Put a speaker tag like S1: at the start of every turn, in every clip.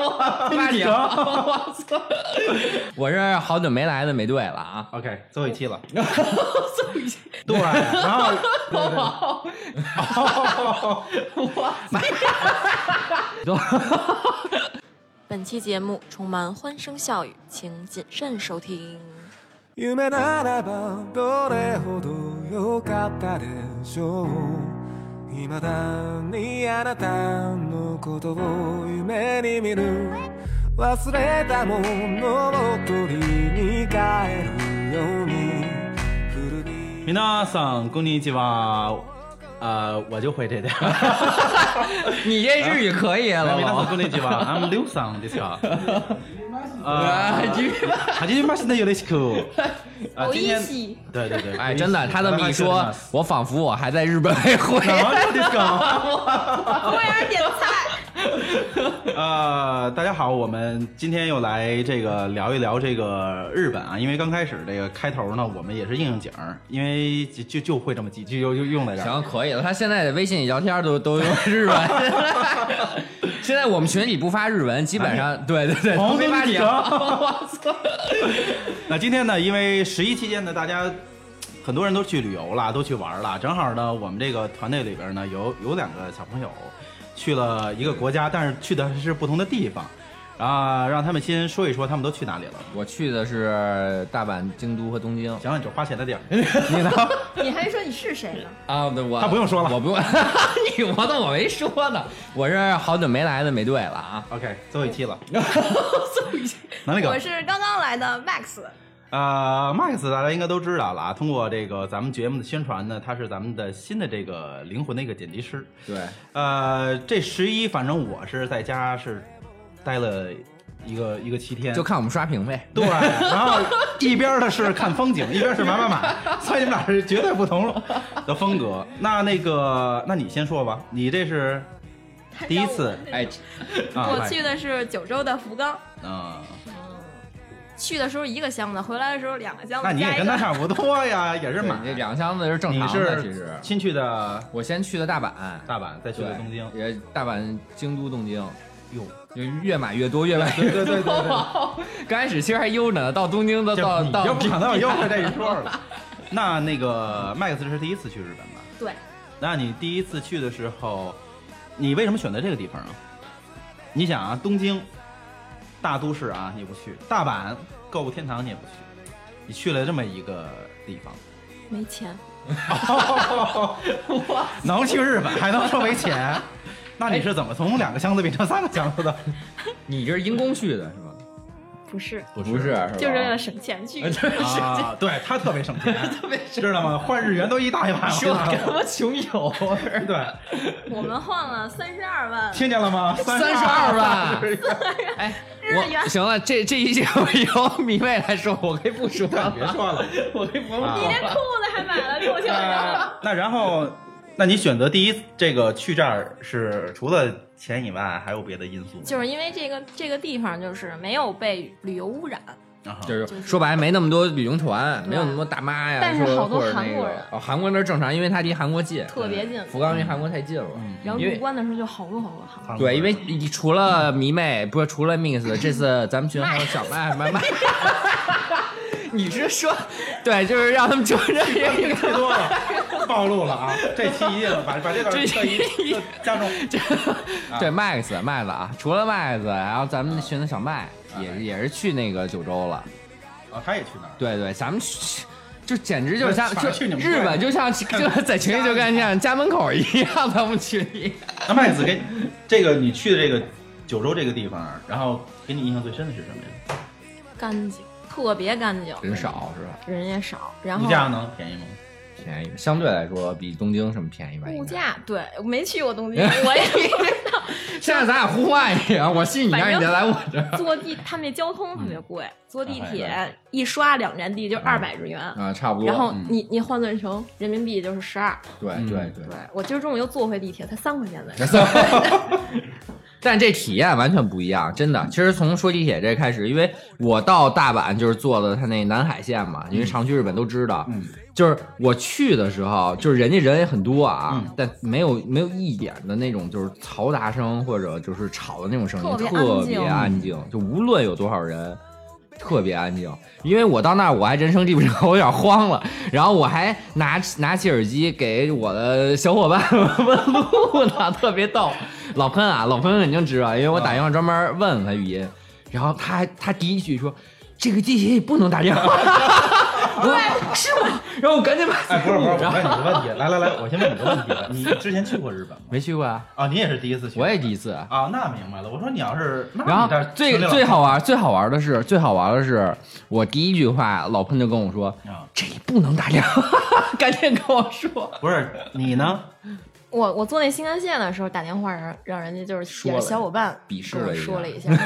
S1: 八
S2: 你
S1: 零，
S2: 折
S1: 我 操！我是好久没来的美队了啊！
S2: OK，最后一期了，对，然后
S3: 本期节目充满欢声笑语，请谨慎收听。
S4: 夢ならばどれほど良かったでしょう未だにあなたのことを夢に見る忘れたものを取りに帰るように古着
S2: 米娜桑公尼基哇，呃，我就会这点。
S1: 啊你这日语可以了
S2: 米娜桑
S1: 吗？
S2: 公尼基哇，I'm Liu Sang this guy。
S1: 啊，
S2: 呃，
S1: 日语
S2: 还是马斯的有点酷。啊，今天对对对，
S1: 哎，真的，他这么一说，我仿佛我还在日本开会。
S2: 啊
S5: 服务员点菜。
S2: 呃，大家好，我们今天又来这个聊一聊这个日本啊，因为刚开始这个开头呢，我们也是应应景儿，因为就就就会这么几句，就就用在这 儿。
S1: 行，可以了。他现在的微信里聊天都都用日 文。现在我们群里不发日文，基本
S2: 哎
S1: 上对对对，都没发你。啊 我操！
S2: 啊那今天呢，因为十一期间呢，大家呃很多人都去旅游了，都去玩儿了，正好呢，我们这个团队里边呢有有两个小朋友去了一个国家，但是去的是不同的地方，啊，让他们先说一说他们都去哪里了。
S1: 我去的是大阪、京都和东京。
S2: 讲讲你这花钱的地儿，
S1: 你呢？
S5: 你还说你是谁呢？
S1: 啊，对我
S2: 他不用说了
S1: 我不 用。你我怎么没说呢？我是好久没来的美队了啊！
S2: OK，最后一期了，哪里个？
S5: 我是刚刚来的 Max，
S2: 呃，Max 大家应该都知道了啊。通过这个咱们节目的宣传呢，他是咱们的新的这个灵魂的一个剪辑师。
S1: 对，
S2: 呃，这十一反正我是在家是待了一个一个七天，
S1: 就看我们刷屏呗。
S2: 对，然后一边儿的是看风景，一边儿是买 买买，所以你们俩是绝对不同的风格。那那个，那你先说吧，你这是第一次
S1: 哎，
S2: 啊？
S5: 我去的是九州的福冈，
S2: 啊、
S5: 去的时候一个箱子，回来的时候两个箱子。
S2: 那你也
S5: 加一
S2: 跟
S5: 个
S2: 他差不多呀，也是
S1: 对
S2: 买
S1: 你。这两箱子是正
S2: 你
S1: 常的，其
S2: 是
S1: 实。
S2: 新去的
S1: 我先去的大阪，
S2: 大阪，再去的
S1: 对
S2: 东京。
S1: 也大阪、京都、东京。
S2: 哟，
S1: 就越买越多，越买越多。
S2: 对对对对
S1: 刚开始其实还悠着呢，到东京都
S2: 这
S1: 到
S2: 你
S1: 到
S2: 就不想到又是这一说了。 那那个 Max 是第一次去日本吧？
S5: 对，
S2: 那你第一次去的时候，你为什么选择这个地方啊？你想啊，东京大都市啊，你不去；大阪购物天堂你也不去，你去了这么一个地方，
S3: 没钱，
S2: 能去日本还能说没钱？那你是怎么从两个箱子变成三个箱子的？
S1: 你这是因公去的是吗？
S5: 不是，
S1: 不是，是吧
S5: 就是为了省钱去。
S2: 啊，对他特别省钱，特别知道吗？换日元都一大一把，
S1: 说的他妈穷游。
S2: 对，
S5: 我们换了三十二万，
S2: 听见了吗？
S1: 三十二万，哎，
S5: 日元
S1: 我行了，这这一节我由米未来说，我可以不说了，
S2: 别说 了，
S1: 我可以不
S2: 啊
S5: 你连裤子还买了六 千多。
S2: 那然后，那你选择第一这个去这儿是除了钱以外，还有别的因素吗？
S3: 就是因为这个这个地方就是没有被旅游污染，
S2: 啊哈
S1: 就是说白，没那么多旅行团，没有那么多大妈呀，
S5: 但是
S1: 说
S5: 好多
S1: 或者那
S5: 韩国
S1: 个
S5: 人
S1: 哦，韩国那正常，因为它离韩国近，
S5: 特别近，
S1: 福冈离韩国太近了，
S5: 然后
S1: 因为
S5: 入关的时候就好多好多好多。
S2: 韩国
S1: 对，
S2: 人
S1: 因为你除了迷妹，不是除了 Miss，这次咱们群还有小麦、麦 麦。你是说，对，就是让他们觉着这个
S2: 太多了，暴露了啊！这期一定把把这段
S1: 这期
S2: 特意加重。啊
S1: 对麦子麦子啊，除了麦子，然后咱们群的小麦也是也是去那个九州了。
S2: 啊，他也去那儿。
S1: 对对，咱们去就简直就是像
S2: 反
S1: 就
S2: 正去你们
S1: 日本，就 像就是在群里就跟像家门口一样，咱们群里。
S2: 那麦子给这个你去的这个九州这个地方，然后给你印象最深的是什么呀？
S3: 干净，特别干净，
S1: 人少是吧？
S3: 人也少。然后
S2: 物价呢？便宜吗？
S1: 便宜，相对来说比东京什么便宜吧？应该
S3: 物。价
S5: 对，我没去过东京，我也不知道。
S1: 现在咱俩互换一个，我信你，让
S5: 反
S1: 你
S5: 正
S1: 再来我这儿。
S5: 坐地，他们那交通特别贵，坐地
S2: 哎
S5: 铁一刷两站地就二百日元，
S1: 啊，差不多。
S5: 然后你你换算成人民币就是十二。
S1: 对
S2: 嗯
S1: 对对
S5: 对，我今儿中午又坐回地铁，才三块钱的。
S1: 但这体验完全不一样，真的。其实从说地铁这开始，因为我到大阪就是坐的他那南海线嘛，因为常去日本都知道，
S2: 嗯
S1: 就是我去的时候，就是人家人也很多啊，
S2: 嗯
S1: 但没有没有一点的那种就是嘈杂声或者就是吵的那种声音，特
S5: 特
S1: 别
S5: 别安静
S1: 安静，就无论有多少人。特别安静，因为我到那儿我还人生地不熟，我有点慌了。 然后我还拿拿起耳机给我的小伙伴们问路呢， 特别逗。老喷啊，老喷肯定知道，因为我打电话专门问他语音，然后他还他第一句说这个地铁也不能打电 话，我说是吗？然后我赶紧把
S2: 哎，不是不是，我
S1: 然后
S2: 问你个问题，来来来，我先问你个问题，你之前去过日本吗？
S1: 没去过啊，
S2: 啊，你也是第一次去？
S1: 我也第一次。
S2: 啊，那明白了。我说你要是，那
S1: 然后
S2: 啊你这儿
S1: 最
S2: 听着
S1: 最好玩最好玩的是最好玩的是我第一句话老喷就跟我说
S2: 啊，
S1: 这也不能打电话， 赶紧跟我说。
S2: 不是你呢？
S5: 我我坐那新干线的时候打电话，让让人家就是
S1: 说
S5: 也
S1: 了
S5: 是小伙伴
S1: 鄙视
S5: 跟我
S1: 了一下
S5: 说了一下，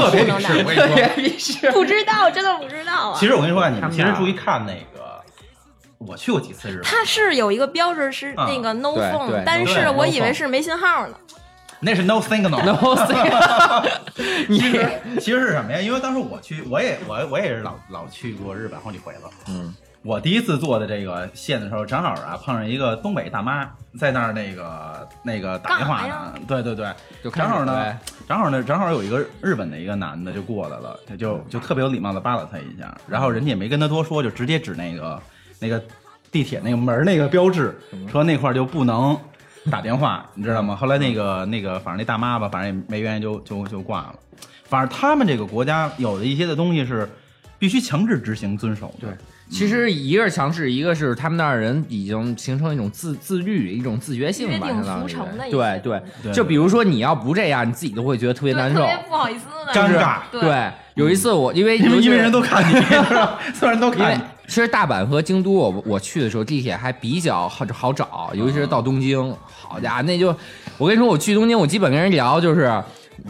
S2: 特别鄙
S5: 能
S2: 视
S5: 打
S2: 我跟 你说，
S1: 鄙视。
S5: 不知道，真的不知道啊。
S2: 其实我跟你说啊，你
S1: 他
S2: 们
S1: 们
S2: 其实
S1: 俩
S2: 注意看那个，我去过几次日本，
S5: 它是有一个标志是
S2: 啊
S5: 那个 no
S1: 对
S5: phone，、
S1: 对
S5: 但
S2: no
S5: 是
S2: phone，
S5: 我
S2: no
S5: 以为
S2: phone
S5: 是没信号呢。
S2: 那是 no
S1: No
S2: signal。
S1: say
S2: 其
S1: 你
S2: 实其实是什么呀？因为当时我去，我也我我也是老老去过日本好几回了。
S1: 嗯，
S2: 我第一次坐的这个线的时候，正好啊碰上一个东北大妈在那儿那个那个打电话呢
S5: 干嘛呀。
S2: 对对对，
S1: 就看
S2: 正好
S1: 着
S2: 呢
S1: 呗，
S2: 正好呢，正好有一个日本的一个男的就过来了，他就就特别有礼貌的扒拉他一下，然后人家也没跟他多说，就直接指那个那个地铁那个门儿那个标志，说那块儿就不能打电话，你知道吗？后来那个那个，反正那大妈吧，反正也没愿意就就就挂了。反正他们这个国家有的一些的东西是必须强制执行遵守的。
S1: 对其实一个是强势，一个是他们那儿人已经形成一种自自律、一种自觉性吧，
S5: 约定
S1: 相当于
S5: 俗成的一些
S1: 对对
S2: 对
S1: 就比如说你要不这样，你自己都会觉得特别难受
S5: 特，别不好意思的，
S2: 尴
S5: 就是
S2: 尬
S5: 对
S1: 对，有一次我因为
S2: 因
S1: 尤
S2: 为
S1: 其
S2: 因
S1: 是
S2: 为人都 看你， 是吧？所有人都
S1: 因为
S2: 看你。
S1: 其实大阪和京都我，我去的时候地铁还比较好好找，尤其是到东京，好家伙，那就我跟你说，我去东京，我基本跟人聊就是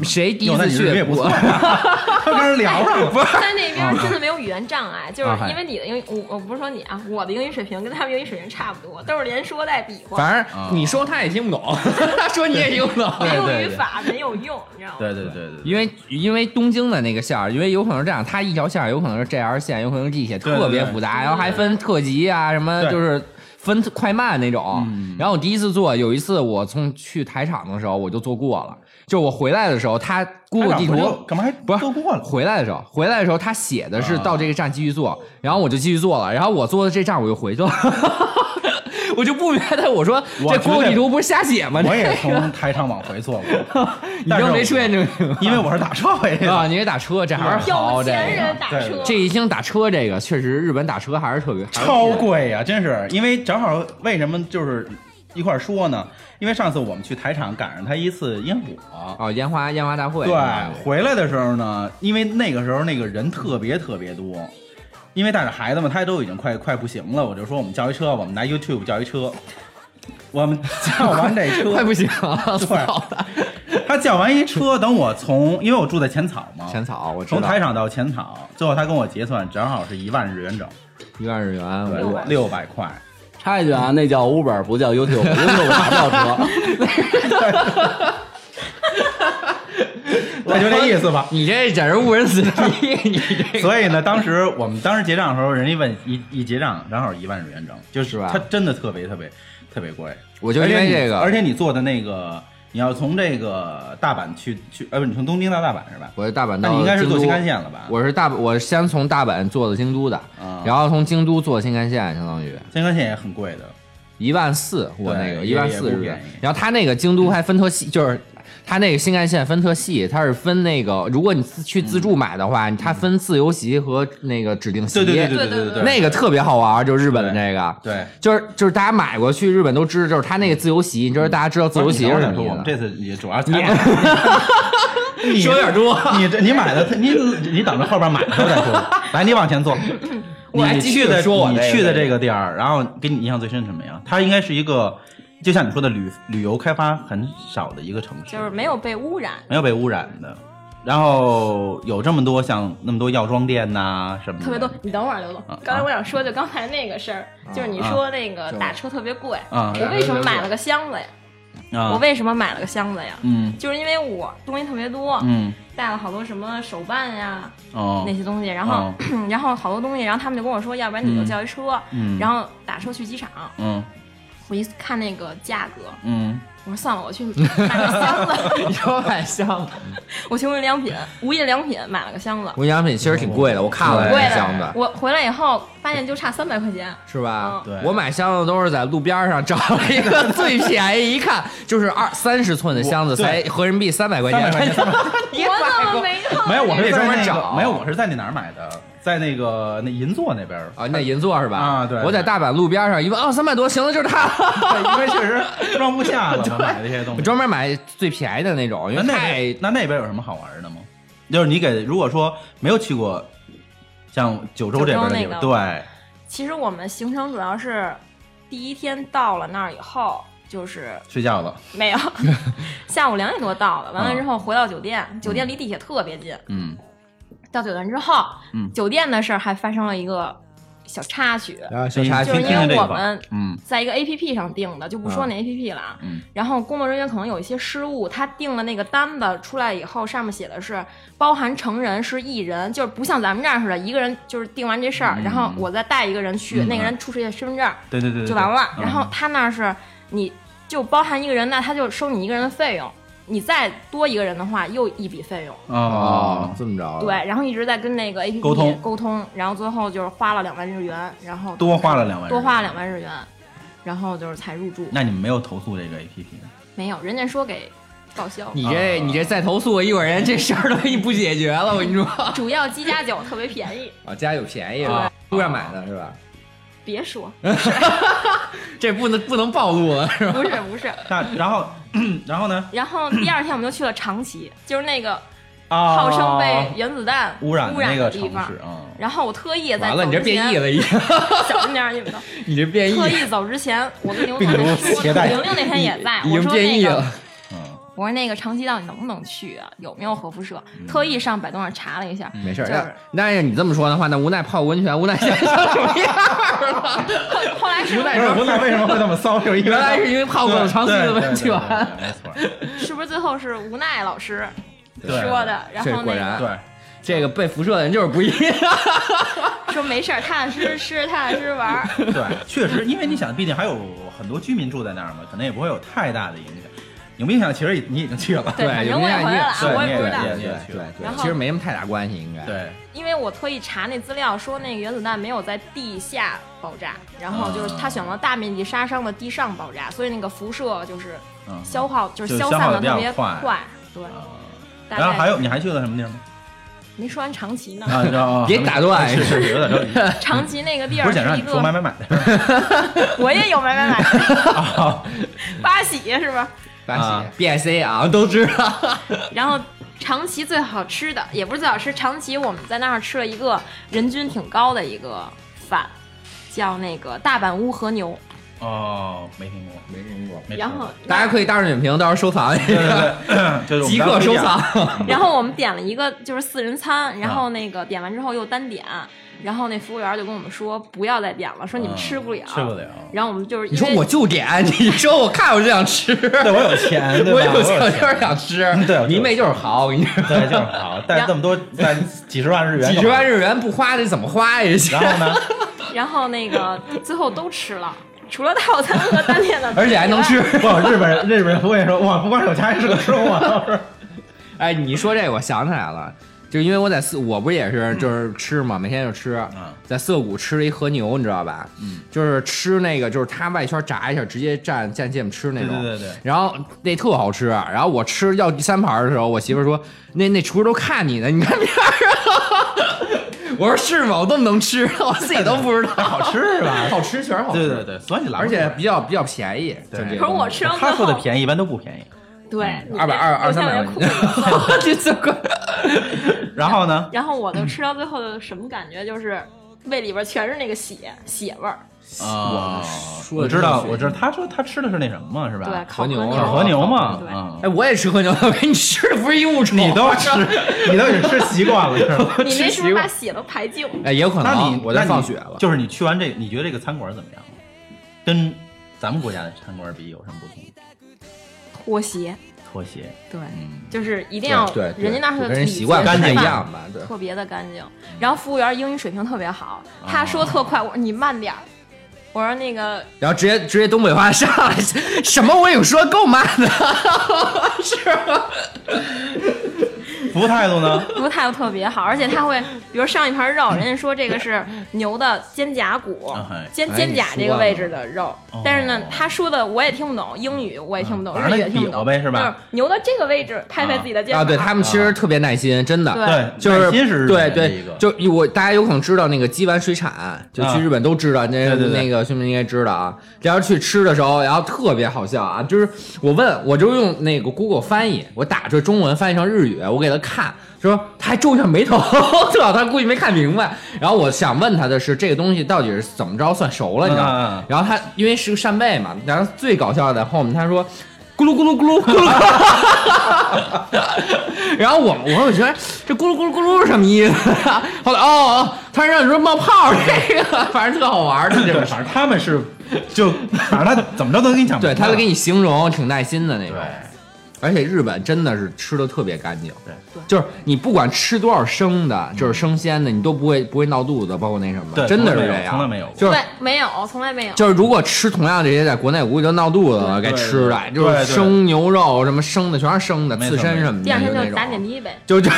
S1: 谁第一
S2: 哟那
S1: 次
S2: 你
S1: 去
S2: 日语也不错，他跟人 聊上了。
S5: 哎在那边真的没有语言障碍，就是
S2: 啊嗨
S5: 因为你的英语，我我不是说你啊，我的英语水平跟他们英语水平差不多，都是连说带比划，
S1: 反
S2: 啊
S1: 正你说他也听不 懂，他说你也听不懂。
S5: 没有
S2: 对对
S5: 语
S2: 对
S5: 法，没有用，你知道吗？
S2: 对对对对对。
S1: 因为因为东京的那个线儿，因为有可能是这样，它一条线儿有可能是 JR 线，有可能是地铁，
S2: 对对
S1: 特别复杂，然后还分特急啊，什么
S2: 对嗯
S1: 就是分快慢那种。然后我第一次坐，有一次我从去台场的时候我就坐过了，就我回来的时候，它 Google 地
S2: 哎那我
S1: 图
S2: 就。干嘛还
S1: 不是
S2: 都过了？
S1: 回来的时候，回来的时候他写的是到这个站继续坐，然后我就继续坐了，然后我坐的这站我又回去了， 我就不明白，我说
S2: 我
S1: 这
S2: 觉得
S1: Google 地图不是瞎写吗？
S2: 我也从台场往回坐 过，
S1: 你
S2: 但是
S1: 这
S2: 我
S1: 没出现这种
S2: 因为我是打车回去的。
S1: 啊，你也打车，这还是好
S5: 有
S1: 这
S5: 钱
S1: 个。
S5: 人打车，
S1: 这一听打车这个，确实日本打车还是特别还是
S2: 超贵呀、真是！因为正好为什么就是一块儿说呢？因为上次我们去台场赶上他一次烟火，
S1: 哦，烟花烟花大会
S2: 对，回来的时候呢，因为那个时候那个人特别特别多，因为带着孩子们，他都已经快快不行了，我就说我们叫一车，我们拿 YouTube 叫一车，我们叫完 这车，
S1: 快不行了，
S2: 对
S1: 操的
S2: 他叫完一车，等我从，因为我住在浅草嘛，
S1: 浅草我知
S2: 从
S1: 道
S2: 台场到浅草，最后他跟我结算，正好是一万日元整，
S1: 一万日元，
S2: 对
S1: 我，
S2: 六百块。
S6: 插一句啊，那叫 Uber，不 叫 YouTube，YouTube 打不了车。
S2: 那就这意思吧。
S1: 你这简直误人子弟，你这个
S2: 所以呢，当时我们当时结账的时候，人家问一一结账，正好一万日元整，就是
S1: 是吧
S2: 它真的特别特别特别贵。
S1: 我就因
S2: 而且
S1: 为
S2: 你
S1: 这个，
S2: 而且你坐的那个，你要从这个大阪去去，呃，不，你从东京到大阪是吧？
S1: 我是大阪
S2: 那
S1: 到
S2: 你应该是坐
S1: 京都
S2: 新干线了吧？
S1: 我是大我先从大阪坐的京都的，
S2: 啊
S1: 然后从京都坐新干线，相当于
S2: 新干线也很贵的，
S1: 一万四，我
S2: 对
S1: 那个
S2: 也
S1: 一万四
S2: 也
S1: 日
S2: 不便
S1: 元
S2: 宜。
S1: 然后他那个京都还分特细，就是他那个新干线分特细，它是分那个，如果你自去自助买的话，它分自由席和那个指定席。
S2: 对对对对
S5: 对
S2: 对
S5: 对
S2: 对，
S1: 那个特别好玩，就是日本的那个。
S2: 对。
S1: 就是就是大家买过去日本都知道，就是它那个自由席，你知道大家知道自由席
S2: 不
S1: 是
S2: 是
S1: 什
S2: 你等
S1: 么
S2: 会
S1: 意
S2: 儿说我们
S1: 思
S2: 这次也主要采访 你
S1: 说有点多，
S2: 你这你买的，你你等着后边买的时候再说。来，你往前坐。
S1: 我还
S2: 你
S1: 继续
S2: 去的
S1: 说我
S2: 你
S1: 这个
S2: 去的这个地儿，然后给你印象最深什么呀？它应该是一个，就像你说的旅旅游开发很少的一个城市，
S5: 就是没有被污染。
S2: 没有被污染的。然后有这么多像那么多药妆店呐、什么的，
S5: 特别多，你等会儿，刘总
S2: 啊。
S5: 刚才我想说，就刚才那个事儿，就是你说那个打车特别贵，
S2: 啊
S5: 我为什么买了个箱子呀？
S2: 啊
S5: 我为什么买了个箱子呀？
S2: 嗯
S5: 就是因为我东西特别多，
S2: 嗯
S5: 带了好多什么手办呀、
S2: 哦
S5: 那些东西，然后、
S2: 哦
S5: 然后 好多东西，然后他们就跟我说，要不然你就
S2: 嗯
S5: 叫一车，
S2: 嗯
S5: 然后打车去机场。
S2: 嗯
S5: 我一看那个价格，
S2: 嗯
S5: 我说算了，我去 买个箱子，
S1: 摇摆箱子，
S5: 我去无印良品，无印良品买了个箱子，
S1: 无印良品其实挺贵的，我看
S2: 哎
S1: 了
S5: 贵
S1: 那
S5: 了
S1: 箱子，
S5: 我回来以后发现就差三百块钱，
S1: 是吧？
S2: 嗯对
S1: 我买箱子都是在路边上找了一个最便宜，一看就是二三十寸的箱子，
S2: 我对
S1: 才合人民币三百块
S2: 三百
S1: 钱。
S2: 块钱，
S5: 我怎么没看？
S2: 没有，我是
S1: 得
S2: 在
S1: 专门
S2: 那个
S1: 找
S2: 没有，我是在那哪儿买的，在那个那银座那边儿
S1: 啊，那银座是吧？
S2: 啊对
S1: 我在大阪路边上一问，哦，三百多，行了，就是它了。
S2: 对因为确实装 不下了嘛，买这些东
S1: 我
S2: 西。
S1: 专门买最便宜的嗯那种，因
S2: 那
S1: 为
S2: 那
S1: 太
S2: 边那那边有什么好玩的吗？就是你给，如果说没有去过像九州这边的地方，
S5: 九州
S2: 对，
S5: 其实我们行程主要是第一天到了那儿以后，就是
S2: 睡觉了，
S5: 没有， 下午两点多到了，完了之后回到酒店，酒店离地铁特别近。
S2: 嗯
S5: 到酒店之后，
S2: 嗯
S5: 酒店的事儿还发生了一个小插曲，
S1: 啊，小插曲
S5: 就是因
S2: 听听这
S5: 为
S2: 个
S5: 我
S2: 吧
S5: 们
S2: 嗯
S5: 在一个 A P P 上订的，就不说那 A P P 了啊。
S2: 嗯
S5: 然后工作人员可能有一些失误，他订了那个单子出来以后，上面写的是包含成人是一人，就是不像咱们这样似的，一个人就是订完这事儿，然后我再带一个人去，
S2: 嗯
S5: 那个人出示一下身份证
S2: 对对对对，嗯
S5: 就完了。
S2: 对
S5: 然后他那儿是你就包含一个人，那他就收你一个人的费用，你再多一个人的话又一笔费用。
S2: 嗯
S1: 哦，，
S2: 哦
S1: 这么着啊。
S5: 对，然后一直在跟那个 A P P
S2: 沟通
S5: 沟通，然后最后就是花了两万日元，然后
S2: 多花了两万，
S5: 多花了两。万日元，然后就是才入住。
S2: 那你们没有投诉这个 A P P？
S5: 没有，人家说给报销。
S1: 你这
S2: 啊
S1: 你这再投诉，一会儿人这事儿都给你不解决了，我跟你说。
S5: 主要鸡加酒特别便 宜，
S1: 啊，家有便宜是
S2: 啊
S1: 吧？路上买的是吧？
S5: 别说，
S1: 这不能不能暴露了是吧？
S5: 不是不是。
S2: 那然后 然后呢？
S5: 然后第二天我们就去了长 崎，就是那个
S2: 啊，
S5: 号称被原子
S1: 哦
S5: 弹
S2: 污染的那个
S5: 的
S2: 城
S5: 地方
S2: 市。啊，
S5: 然后我特意在
S1: 完了，你这变异
S5: 了，
S1: 了已经，
S5: 小心点儿你们都。
S1: 你这 变异
S5: 特意走之前，我跟牛总那说，
S2: 携带
S5: 玲玲那天也在，
S1: 已
S5: 我
S1: 经
S5: 说
S1: 变
S5: 那
S1: 异
S5: 个
S1: 了。
S2: 嗯，
S5: 我说那个长崎到底能不能去啊？有没有核辐射？
S1: 嗯
S5: 特意上百度上查了一下，
S1: 没事儿，
S5: 就
S1: 那
S5: 是
S1: 那要你这么说的话，那无奈泡温泉，无奈 现在长什么样了？
S5: 后后来是
S1: 无
S5: 不
S1: 奈
S5: 是
S2: 不是无奈为什么会那么骚？就是因为
S1: 原来是因为 泡过了长期的温泉。
S2: 对对对对对没错，
S5: 是不是最后是无奈老师
S2: 对
S5: 说的？然
S1: 这
S5: 后
S1: 果
S5: 那
S1: 然
S5: 个
S2: 对。
S1: 这个被辐射的人就是不一样。
S5: 说没事儿，踏踏实实吃，踏踏实实玩儿。
S2: 对，确实，因为你想，毕竟还有很多居民住在那儿嘛，可能也不会有太大的影响。有没有影响？其实你已经去了。
S5: 对，反正我也回来了，
S2: 对
S5: 我也不知
S2: 你
S5: 道
S2: 也
S1: 对
S2: 你也
S1: 对
S2: 去
S1: 对
S2: 了
S1: 对
S5: 然，后
S1: 其实没什么太大关系，应该。
S2: 对，
S5: 因为我特意查那资料，说那个原子弹没有在地下爆炸，然后就是它选择大面积杀伤的地上爆炸，所以那个辐射就是
S2: 嗯。
S5: 消耗，就是
S2: 就
S5: 消
S2: 消
S5: 散
S2: 耗
S5: 的
S2: 得比较
S5: 特别
S2: 快
S5: 快。对，
S2: 啊
S5: 大
S2: 然后还
S5: 概
S2: 有，你还去了什么地 儿吗？
S5: 没说完长崎呢。
S2: 啊，然后
S1: 别打断啊
S2: 是 是是，有点着急。
S5: 长崎那个地
S2: 不
S5: 儿
S2: 是想让
S5: 一
S2: 你说买
S5: 个，
S2: 买买的，
S5: 我也有 买买买，
S2: 哦
S5: 八喜是吧？
S1: 巴
S2: 啊
S1: 西 B I C 啊，都知道。
S5: 然后长崎最好吃的也不是最好吃，长崎我们在那儿吃了一个人均挺高的一个饭，叫那个大阪乌和牛。
S2: 哦，没听过，
S1: 没听过。
S2: 没吃过
S5: 然后
S1: 大家可以大众点评，到时候收藏一
S2: 对对
S1: 下，
S2: 对，就是我们
S1: 即
S2: 当啊
S1: 刻
S2: 时
S1: 收
S2: 讲
S1: 藏。
S5: 然后我们点了一个就是四人餐，然后那个点完之后又单点，
S1: 啊
S5: 然后那服务员就跟我们说不要再点了，说你
S2: 嗯
S5: 们吃不了。
S2: 吃不了。
S5: 然后我们就是
S1: 啊你
S5: 因
S1: 说
S5: 为
S1: 我就点， 你说我看我就想吃，
S2: 对，我有钱，对吧？
S1: 我有
S2: 钱
S1: 我有点想吃。
S2: 对我有
S1: 迷妹就是好，我跟你说，
S2: 对，就是好，带这么 多，带几十万日元，
S1: 几十万。日元不花这怎么花呀？这
S2: 然后呢？
S5: 然后那个最后都吃了， 除了套餐和单点 的，
S1: 而且还能吃。。
S2: 不，日本人日本人服务员说，哇，不光是有钱，还是个吃货。
S1: 哎，你说这个我想起来了，就是因为我在四，我不是也是就是吃嘛，每天就吃
S2: 嗯，
S1: 在涩谷吃了一和牛，你知道吧？
S2: 嗯，
S1: 就是吃那个，就是它外圈炸一下，直接蘸蘸芥末吃那
S2: 对
S1: 种。
S2: 对对对。
S1: 然后那特好吃，啊然后我吃要第三盘的时候，我媳妇说：“那那厨师都看你呢，你看这儿。”啊 我说：“是吗？我这么能吃，我自己都不知道，好吃是吧？好吃，确实好吃，
S2: 对对对，所以来
S1: 而且比较比较便宜。
S2: 对
S1: 就这个
S5: 可是我
S1: 东西
S5: 吃完
S2: 他
S5: 最
S2: 说的
S5: 后，
S2: 便宜一般都不便宜。
S5: 对，你
S1: 二百二二
S5: 留下
S1: 三百
S5: 来
S1: 块
S5: 哭
S1: 钱
S5: 了
S1: 这这贵。
S2: 然后呢？
S5: 然后我就吃到最后的什么感觉，就是胃里边全是那个血血味儿，
S2: 啊，
S1: 说
S2: 我
S1: 的
S2: 知道，
S1: 真是
S2: 我知道，他说他吃的是那什么嘛，是吧？
S5: 对，
S1: 和
S5: 烤
S1: 牛啊
S5: 牛，
S2: 烤和牛嘛
S5: 对，
S2: 嗯，
S1: 哎，我也吃和牛，我跟你吃的不是一物种。
S2: 你都吃， 你都已经吃习惯了，是吧？
S5: 你那是不
S1: 吃习
S5: 是
S1: 惯
S5: 把血都排净？
S1: 哎，也有可能。
S2: 那你
S1: 我在
S2: 那你
S1: 放血了，
S2: 就是你去完这个，你觉得这个餐馆怎么样？跟咱们国家的餐馆比有什么不同？
S5: 拖鞋，
S2: 拖鞋，
S5: 对，
S2: 嗯，
S5: 就是一定要
S1: 对，对
S5: 人家那是
S1: 就
S5: 的
S1: 跟
S5: 礼
S1: 人
S5: 节
S1: 习惯不
S5: 吃
S1: 太
S5: 饭
S1: 一样吧？对，
S5: 特别的干净。然后服务员英语水平特别好，
S1: 啊
S5: 他说特快，我说你慢点儿，我说那个
S1: 然后直接直接东北话上来， 什么我有说够慢的， 是吗？
S2: 服务态 度呢？
S5: 服务态度特别好，而且他会，比如上一盘 肉，人家说这个是牛的肩胛骨
S2: 啊嗨、
S5: 肩
S1: 哎
S5: 肩
S1: 你
S5: 胛
S1: 说
S5: 这个位置
S1: 呢
S5: 的肉
S2: 哦，
S5: 但是呢，他说的我也听不懂，英语我也听不懂，
S2: 嗯
S5: 日语也
S2: 反正那
S5: 听不
S2: 比划
S5: 懂，
S2: 呗是吧
S5: 就是牛的这个位置，拍拍自己的肩膀。
S1: 啊，对他们其实特别耐心，真的。
S5: 对
S2: 对，
S1: 就是
S2: 耐心是日
S1: 对
S2: 本的
S1: 对
S2: 一个，，
S1: 就我大家有可能知道那个鸡丸水产，就
S2: 啊
S1: 去日本都知道，那
S2: 对对对
S1: 那个兄弟应该知道啊。然后去吃的时候，然后特别好笑啊，就是我问，我就用那个 Google 翻译，我打出中文翻译成日语，我给他看，说他还皱一下眉头， 对吧？他估计没看明白。然后我想问他的是，这个东西到底是怎么着算熟了，你知道
S2: 嗯嗯
S1: 吗
S2: 嗯？
S1: 然后他因为是个扇贝嘛，然后最搞笑的后面他说。咕噜咕噜咕噜咕噜咕噜， 然后我我我觉得这咕噜咕噜咕噜是什么意思 啊？后来哦哦，他让你说冒泡 这个，反正特好玩的这
S2: 对，
S1: 种事
S2: 反
S1: 儿。
S2: 正他们是，就反正他怎么着都能给你讲明白，
S1: 对，他都给你形容挺耐心的那种
S2: 对，，
S1: 而且日本真的是吃的特别干净，
S2: 对嗯
S1: 就是你不管吃多少生的，就是生鲜的，你都不会不会闹肚子，包括那什么，
S2: 对
S1: 真的是
S2: 从来没
S1: 这
S2: 有
S1: 样，
S2: 从来没有过
S1: 就是
S5: 对，没有，从来没有。
S1: 就是如果吃同样这些，在国内我估计都闹肚子了，该吃的
S2: 对对
S1: 就是
S2: 对对
S1: 生牛肉什么生的，全是生的，
S2: 没
S1: 刺
S2: 错
S1: 身什么的，
S5: 第二天
S1: 那
S5: 就
S1: 种
S5: 打点滴呗。
S1: 就 就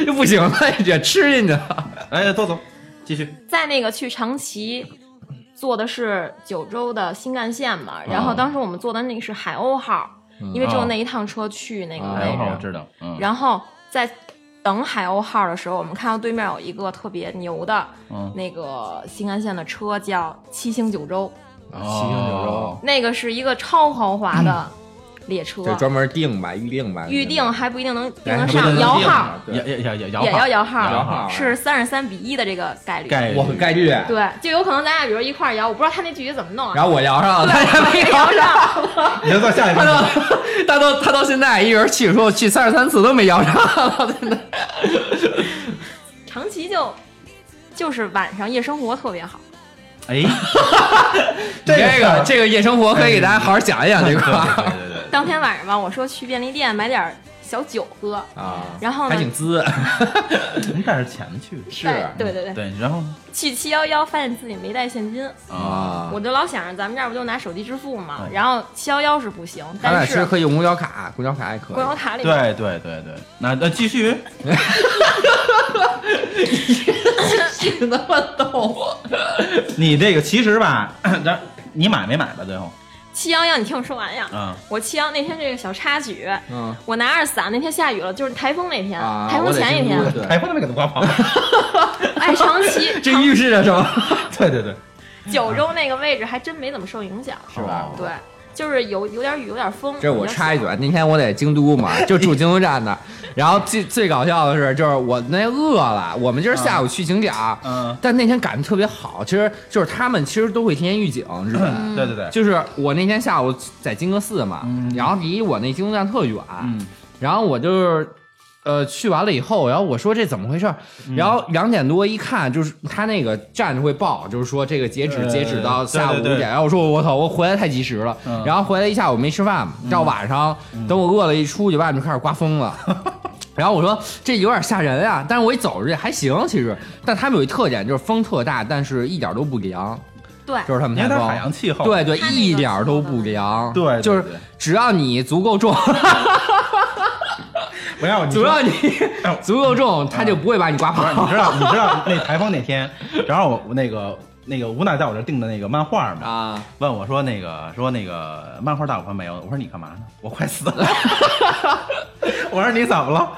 S1: 就就不行了，这吃进去了。
S2: 哎，豆豆继续，
S5: 在那个去长崎坐的是九州的新干线嘛，然
S1: 哦
S5: 后当时我们坐的那个是海鸥号，因为只
S2: 哦
S5: 有那一趟车去那个
S1: 嗯啊
S5: 位
S2: 哎，
S5: 置。
S2: 我我知道，嗯，
S5: 然后在等海鸥号的时候，我们看到对面有一个特别牛的
S2: 嗯
S5: 那个新干线的车，叫七星九州，
S1: 啊七星九州，
S5: 那个是一个超豪华的列车，
S1: 嗯就专门订吧，预定吧，
S5: 预定还不一定能订
S1: 哎
S5: 得
S1: 不一
S5: 上，
S1: 定能
S5: 摇
S1: 定
S5: 号
S1: 对
S2: 也也也也啊摇
S5: 也要摇号，
S2: 摇
S1: 号
S5: 是三十三比一的这个概率。
S2: 概率
S1: 我概率。
S5: 对，就有可能咱俩比如一块儿摇，我不知道他那具体怎么弄啊。
S1: 然后我摇上了，他也 没摇上，
S2: 你要到下一
S1: 他
S2: 个，
S1: 都他都他到现在一人去说我去三十三次都没摇上，真的。
S5: 长崎就就是晚上夜生活特别好，
S2: 哎，
S1: 这个
S2: 这
S1: 这个夜生活可以给大家好好讲一讲这
S2: 对
S1: 块 啊儿
S2: 对对对，
S5: 当天晚上吧，我说去便利店买点儿小酒喝，
S1: 啊，
S5: 然后呢
S1: 还挺滋，
S2: 你们带着钱去
S1: 是啊
S5: 对对 对对，
S2: 对，然后呢
S5: 去七幺幺发现自己没带现金，
S1: 啊。
S5: 我就老想着咱们这儿不就拿手机支付嘛
S2: 哎，
S5: 然后七幺幺是不行，
S1: 咱俩
S5: 但
S1: 其实
S5: 是
S1: 可以用公交卡，公交卡也可
S5: 公交
S1: 以。
S5: 卡里面
S2: 对对对对，那那继续，
S1: 真他妈逗！
S2: 你这个其实吧，咱你买没买吧？最后，
S5: 七幺幺，你听我说完呀。
S1: 啊
S2: 嗯，
S5: 我七幺那天这个小插曲，
S1: 嗯
S5: 我拿着伞，那天下雨了，就是台风那天，
S1: 啊，
S5: 台风
S1: 我得
S5: 前
S1: 监
S5: 一天
S1: 督，对
S2: 台风都没给他刮跑，
S5: 哎，长崎
S1: 这预示着什 么？
S2: 对对对，
S5: 九州那个位置还真没怎么受影响，
S1: 是吧？
S5: 对，就是有有点雨，有点风。
S1: 这我插一句，啊，那天我在京都嘛， 就住京都站那儿。然后最最搞笑的是，就是我那饿了，我们今儿下午去景点儿，
S2: 嗯
S1: 但那天感觉特别好。其实就是他们其实都会提前预警，日本。
S2: 对对对，
S1: 就是我那天下午在金阁寺嘛，
S2: 嗯
S1: 然后离我那京东站特远，
S2: 嗯
S1: 然后我就是。呃，去完了以后，然后我说这怎么回事儿？
S2: 嗯
S1: 然后两点多一看，就是他那个站就会报，就是说这个截止
S2: 呃
S1: 截止到下午五
S2: 对对对
S1: 点。然后我说我操，我回来太及时了。
S2: 嗯
S1: 然后回来一下午没吃饭嘛，到晚上等我饿了，一出去外面就开始刮风 了。然后我说这有点吓人啊，但是我一走出去还行，其实。但他们有一特点，就是风特大，但是一点都不凉，
S5: 对，
S1: 就是他们
S2: 因
S1: 台
S2: 为它是
S1: 风
S2: 海洋气候，
S1: 对对，
S5: 它那个
S1: 一点儿都不凉。
S2: 对对
S1: 就是
S2: 对
S1: 只要你足够重，
S2: 不要你
S1: 只
S2: 说
S1: 要你
S2: 哎我
S1: 足够重，它就不会把你刮
S2: 不
S1: 跑。
S2: 是，你知 道你知道那台风那天，正好我那个那个吴娜在我这订的那个漫画嘛，
S1: 啊，
S2: 问我说那个说那个漫画大部分没有，我说你干嘛呢？我快死 了，我说你怎么了？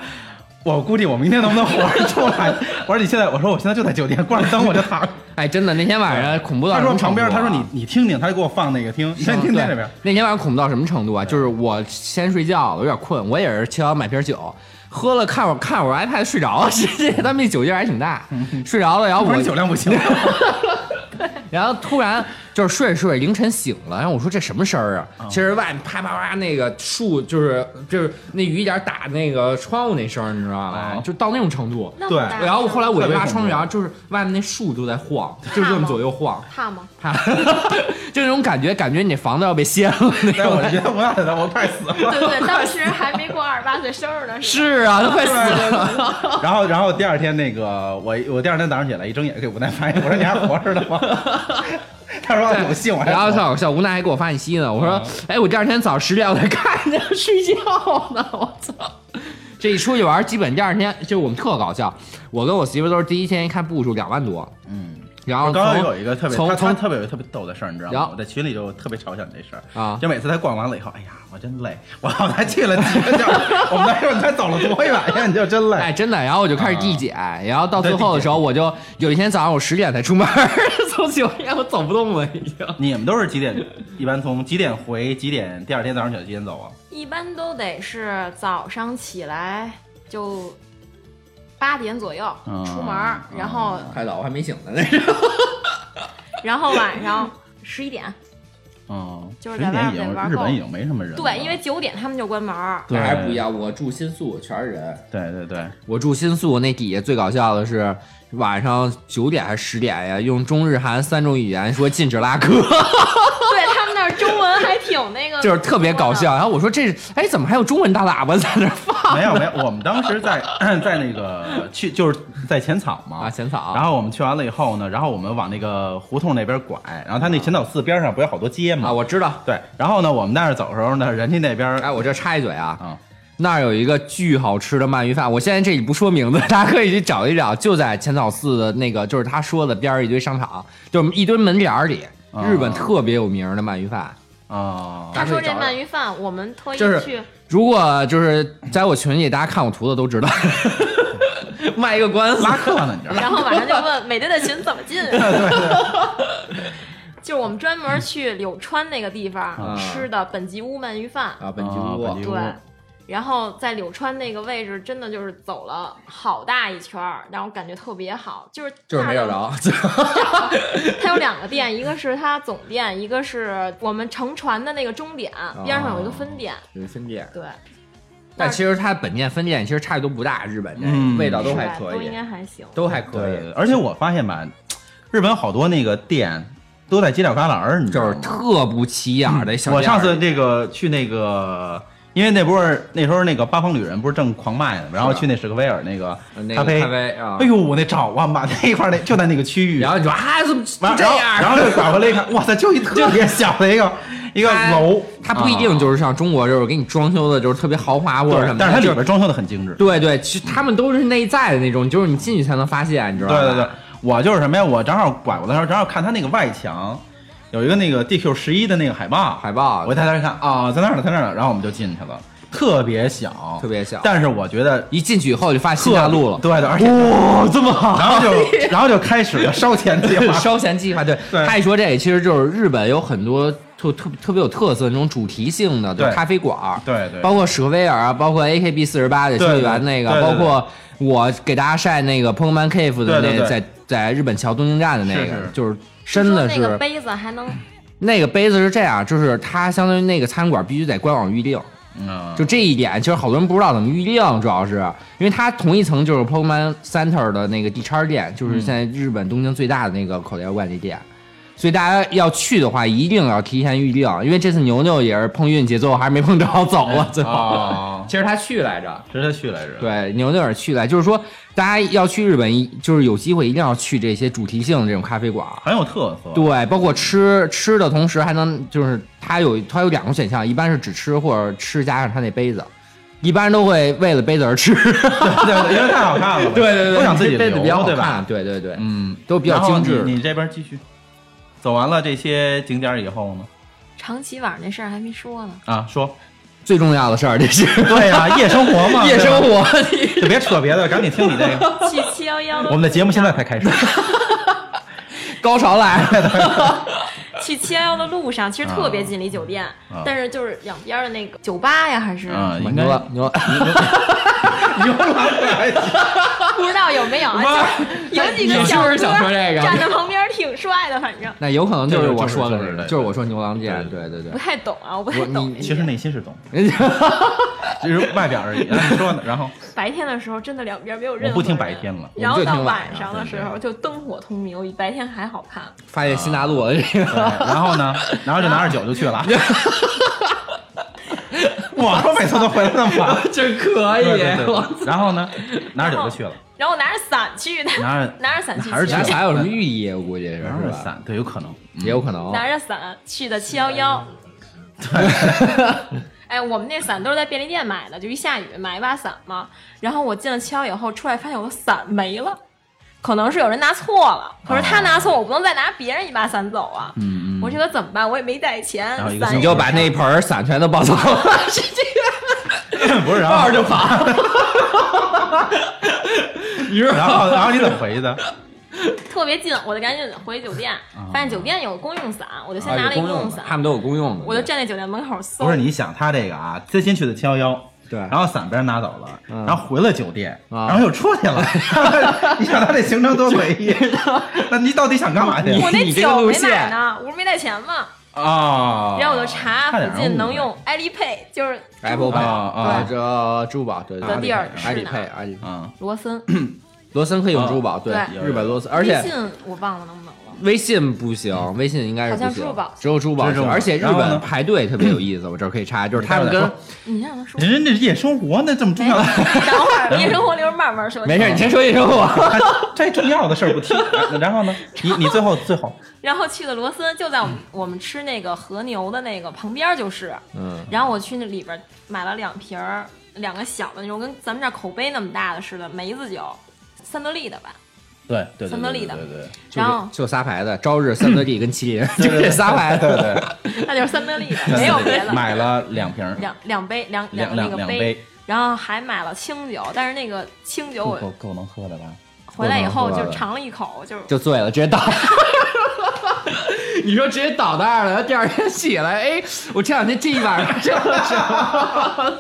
S2: 我估计我明天能不能活着出来？我说你现在，我说我现在就在酒店关着灯我就躺着。
S1: 哎，真的，那天晚上恐怖到
S2: 他
S1: 什
S2: 说
S1: 么程
S2: 旁
S1: 度啊
S2: 边，他说你你听听，他就给我放那个听，你看你听听这边
S1: 哦对。啊那天晚上恐怖到什么程度啊？就是我先睡觉了，有点困，我也是起来买瓶酒，喝了看会看会儿 iPad 睡着了， 直接他 们那酒劲儿还挺大，睡着了，然后
S2: 我
S1: 我
S2: 说你酒量不行，
S1: 然后突然就是睡着睡着凌晨醒了，然后我说这什么声儿啊？
S2: 嗯
S1: 其实外面啪啪啪那个树就是就是那雨点打那个窗户那声儿，你知道吗？
S2: 哦
S1: 就到那种程度。
S5: 那
S2: 对
S5: 么大
S1: 然后后来我一
S2: 特别
S1: 拉
S2: 恐怖
S1: 窗户帘，就是外啊 面那树就在 晃，就是这么左右晃，
S5: 怕吗？
S1: 啪， 就那种感觉，感觉你那房子要被掀了那
S2: 但
S1: 种
S2: 我
S1: 感
S2: 觉
S1: 觉。
S2: 得我俩的我快死了。
S5: 对对，当时还没过二十八岁生日呢，吧
S1: 是 啊，都快死了。
S2: 然后，然后第二天那个我我第二天早上起来一睁眼给吴奈发现， 我说你还活着呢 吗？他说有啊幸我还
S1: 然后
S2: 活着
S1: 像小吴奈还给我发信息呢，我说：“哎，我第二天早上十点我在看着睡觉呢， 我操！”这一出去玩，基本第二天就是我们特搞笑。我跟我媳妇都是第一天一看步数两万多，
S2: 嗯，
S1: 然后
S2: 我刚刚
S1: 从
S2: 有一个特别
S1: 从
S2: 他他
S1: 从
S2: 特别有特别逗的事儿，你知道
S1: 然
S2: 吗
S1: 后？
S2: 我在群里就特别嘲笑你这事儿
S1: 啊
S2: 就每次他逛完了以后，哎呀，我真累，我我才去了几个小时，我们再说你才走了多远呀？你就真累。
S1: 哎，真的，然后我就开始递减，然后到最后的时候，我就有一天早上我十点才出门， 从酒店我走不动了已经。
S2: 你们都是几点？一般从几点回？几点？第二天早上起来几点走啊？
S5: 一般都得是早上起来就八点左右
S2: 嗯
S5: 出门儿，
S2: 嗯
S5: 然后
S1: 太早，我还没醒呢那时候。
S5: 然后 晚上十一点，
S2: 嗯，
S5: 就是
S2: 十
S5: 在
S2: 一
S5: 外
S2: 点
S5: 面
S2: 已经
S5: 玩
S2: 日
S5: 够
S2: 本已经没什么人了。
S5: 对，因为九点他们就关门儿。
S2: 对
S1: 还是不一样，我住新宿，全是人。
S2: 对对对，
S1: 我住新宿那底下最搞笑的是晚上九点还是十点呀，用中日韩三种语言说禁止拉客，
S5: 对他们那儿中文还挺那个，
S1: 就是特别搞笑。。然后我说这是，哎，怎么还有中文大喇叭在那儿放
S2: 没有没有，我们当时在 在那个去就是在浅草嘛，
S1: 啊？浅草，
S2: 然后我们去完了以后呢，然后我们往那个胡同那边拐，然后他那浅草寺边上不有好多街嘛？
S1: 啊，我知道。
S2: 对，然后呢，我们在那儿走的时候呢，人家那边儿
S1: 哎，我这插一嘴啊，
S2: 啊，
S1: 那儿有一个巨好吃的鳗鱼饭，我现在这里不说名字，大家可以去找一找，就在浅草寺的那个，就是他说的边儿一堆商场，就是一堆门脸儿里，
S2: 啊
S1: 日本特别有名的鳗鱼饭。
S2: 啊
S5: 他说这鳗鱼饭，我们特意
S1: 就是
S5: 去，
S1: 如果就是在我群里，大家看我图的都知道， 卖一个关子。
S2: 拉客呢，你知道吗？
S5: 然后晚上就问美队的群怎么 进。 就是我们专门去柳川那个地
S1: 啊
S5: 方吃的本吉屋鳗鱼饭，
S1: 啊，本
S2: 本
S1: 集
S2: 集
S1: 屋
S2: 屋
S1: 啊
S2: 本吉
S5: 对。然后在柳川那个位置，真的就是走了好大一圈儿，让我感觉特别好。就是
S1: 就是没找
S5: 大量
S1: 着，
S5: 它有两个店，一个是它总店，一个是我们乘船的那个终点
S1: 哦
S5: 边上有一个分店。
S1: 有分店。
S5: 对，
S1: 但其实它本店分店其实差距都不大，日本这个
S2: 嗯
S1: 味道都
S5: 是
S1: 还
S5: 吧
S1: 可
S5: 都
S1: 以
S5: 应，该还行。
S1: 都还可
S2: 对，
S1: 以，
S2: 而且我发现吧，日本好多那个店都在街角旮旯儿，你知
S1: 就
S2: 道
S1: 是
S2: 吗？
S1: 特不起眼儿的小
S2: 我
S1: 店儿
S2: 上次这个去那个，因为那不是那时候那个八方旅人不是正狂卖呢吗，然后
S1: 是呃
S2: 去那史克威尔那个
S1: 那
S2: 咖
S1: 个
S2: 啡，
S1: 咖啡啊
S2: 哎，呦我那找啊妈那一块儿那就在那个区域，
S1: 然后你说啊怎么
S2: 完
S1: 就
S2: 了
S1: 这
S2: 然后
S1: 样儿？
S2: 然后就拐回来 一看，哇塞，就一特别小的一个一个
S1: 它
S2: 楼，
S1: 它不一定
S2: 是
S1: 就是像中国就是给你装修的，就是特别豪华或者什么的，
S2: 但是它里
S1: 就是
S2: 边装修的很精致。
S1: 对对，其实他们都是内在的那种，就是你进去才能发现，你知道
S2: 对
S1: 吧？
S2: 对对，我就是什么呀？我正好拐过来的时候，正好看它那个外墙有一个那个 DQ 十一的那个海报，
S1: 海报
S2: 我在那儿一看啊，在那儿呢，在那儿呢，然后我们就进去了，特别小，
S1: 特别小
S2: 但是我觉得
S1: 一进去以后就发现新
S2: 特
S1: 大陆了。
S2: 对的，而且哇、 这么好，然后就然后就开始了烧钱计 划，
S1: 烧钱计划，啊对，
S2: 对
S1: 他一说这个，其实就是日本有很多特特特别有特色的那种主题性的，就是
S2: 对
S1: 咖啡馆儿，
S2: 对对
S1: 包括史克威尔啊，包括 AKB 四十八的秋
S2: 对
S1: 叶原那个，
S2: 对对
S1: 包
S2: 对
S1: 括我给大家晒那个 Pokemon Cave 的
S2: 对对
S1: 那
S2: 对
S1: 在在日本桥东京站的那个，
S2: 是是
S1: 就是真的
S5: 说
S1: 是
S5: 那个杯子 还能
S1: 那个杯子是这样，就是它相当于那个餐馆必须得官网预定，
S2: 嗯，
S1: 就这一点，其实好多人不知道怎么预定，主要是因为它同一层就是 Pokemon Center 的那个地摊儿店，就是现在日本东京最大的那个口袋妖怪那店，所以大家要去的话，一定要提前预定，因为这次牛牛也是碰运气，最后还是没碰着，走了最后。
S2: 啊，
S1: 哎哦其实他去来着，
S2: 值得去来着。
S1: 对，牛牛也是去来，就是说大家要去日本，一就是有机会一定要去这些主题性的这种咖啡馆儿。
S2: 很有特色。
S1: 对，包括吃吃的同时还能就是它有它有两个选项，一般是只吃或者吃加上它那杯子，一般都会为了杯子而 吃。
S2: 对对，因为太好看了嘛。都想自己
S1: 杯子比较
S2: 留
S1: 好
S2: 对吧？
S1: 看，对对对，
S2: 嗯，
S1: 都比较精致
S2: 然后你你这边继续，走完了这些景点以后呢？
S5: 长崎晚上那事儿还没说呢。
S2: 啊，说
S1: 最重要的事儿这是
S2: 对呀、夜生活嘛，
S1: 夜生
S2: 活，
S1: 活。
S2: 就别扯别的，赶紧听你这 个。
S5: 去七幺幺
S2: 我们的节目现在才开始，
S1: 高潮来 了，
S5: 去七幺幺的路上，其实特别近离酒店，
S2: 啊
S5: 但是就是两边的那个酒吧呀，还是、
S2: 嗯，应该
S1: 牛 了牛了，
S5: 不知道有没有啊，就是有几
S1: 你
S5: 个
S1: 是
S5: 小
S1: 不
S5: 哥
S2: 哎
S1: 是想说这
S5: 站
S1: 个？
S5: 在旁边挺挺帅的，反正
S1: 那有可能就是我说的
S2: 就是
S1: 那个，
S2: 就是对
S1: 就是我说牛郎店，
S2: 对
S1: 对对对
S5: 不。太懂啊，我不太
S1: 我
S5: 懂
S1: 你
S5: 人家。
S2: 其实内心是懂，
S1: 人家
S2: 只是外表而已。那你说呢？然后
S5: 白天的时候真的两边没有任何
S2: 我不听
S5: 人
S2: 白天了
S5: 然后
S1: 我就
S5: 到
S1: 听晚
S5: 晚上
S2: 上
S5: 的
S2: 对
S5: 时候就灯火通明，比白天还好看。
S1: 发现新大陆 了，这
S2: 对
S1: 个
S2: 哎然后呢？然后就拿着酒就去 了。我说每次都回来那么晚，
S1: 这可
S2: 对
S1: 以
S2: 对对。
S1: 哎我
S2: 对然后呢？拿着酒就去了，
S5: 然后拿着伞去的，
S2: 拿着
S5: 拿着伞去
S2: 拿着
S5: 骑
S1: 拿
S2: 伞
S1: 伞有什么寓意？我估计是
S2: 拿
S1: 是
S2: 着
S1: 吧？
S2: 伞，对，有可 能。
S1: 也有可能。
S5: 拿着伞去的七幺幺。 哎，我们那伞都是在便利店买的，就一下雨买一把伞嘛。然后我进了七幺以后出来，发现我的伞没了，可能是有人拿错了。可是他拿错，我不能再拿别人一把伞走啊。嗯我这个怎么办？我也没带钱
S2: 然后一，个
S5: 伞
S2: 小
S1: 你就把那盆伞全都抱走了，直接
S2: 不是，然
S1: 抱
S2: 后
S1: 着就 跑。你说
S2: 然后然后你怎么回去的？
S5: 特别近，我就赶紧回酒店，发现酒店有公用伞，我就
S6: 哦
S5: 先拿了一公用伞，
S1: 他们都有公用的，
S5: 我就站在酒店门口搜。
S2: 不是，你想他这个啊，最先去的七幺幺，
S1: 对
S2: 然后伞被人拿走了，然后回了酒店，
S1: 嗯啊
S2: 然后又出去了。 你想他这行程多诡异？ 那你到底想干嘛去
S5: 我那
S1: 你这个
S5: 酒
S1: 路
S5: 没买
S1: 线
S5: 呢，我不是没带钱吗？
S2: 啊？
S5: 然后我就查
S2: 差点
S5: 附
S2: 让
S5: 近
S2: 误
S5: 能
S2: 会
S5: 用 Alipay，就是支付
S1: Apple
S5: 宝
S1: Pay
S2: 啊啊
S1: 对这支付宝对
S5: 的地儿
S1: 阿里
S5: 啊是哪
S1: 配阿里配，
S2: 啊，
S5: 罗森，
S1: 罗森可以用支付宝，对
S5: 对
S1: 日本罗森，而且
S5: 微信我忘了能不能了。
S1: 微信不行，微信应该是不行
S5: 好像支付宝
S1: 只有支付宝
S2: 只有支付
S1: 行，
S2: 宝
S1: 而且日
S2: 然后呢
S1: 本排队特别有意思，我这儿可以插，就是他们
S2: 你待
S1: 跟
S2: 会
S5: 你让他说，
S2: 人家这夜生活那这么重要
S1: 哎
S2: 的，
S5: 等会儿夜生活留着慢慢说。
S1: 没
S6: 哦
S1: 事，你先说一声我。
S2: 还这重要的事儿不 提。然后呢？你你最后最后
S5: 然后去的罗森，就在
S2: 嗯
S5: 我们我们吃那个和牛的那个旁边就是。
S1: 嗯，
S5: 然后我去那里边买了两瓶儿，两个小的那种，跟咱们这儿口杯那么大的似的梅子酒，三得利的吧。
S2: 对对
S5: 三得利的
S2: 对
S5: 然后
S1: 就仨牌子，朝日、三得利跟麒 麟，就这仨牌子。
S2: 对
S5: 那就是三得利的，
S2: 对，
S5: 没有别的。
S2: 买了两瓶儿，
S5: 两两杯，两
S2: 两
S5: 个那
S2: 两
S5: 个
S2: 两杯，
S5: 然后还买了清酒，但是那个清酒
S2: 够
S5: 我
S2: 够够能喝的吧？
S5: 回来以后
S1: 够了
S5: 就尝了一口，就
S1: 就醉了，直接倒。 你说直接倒那儿了，然后第二天起来，哎，我这两天这一晚上这么着，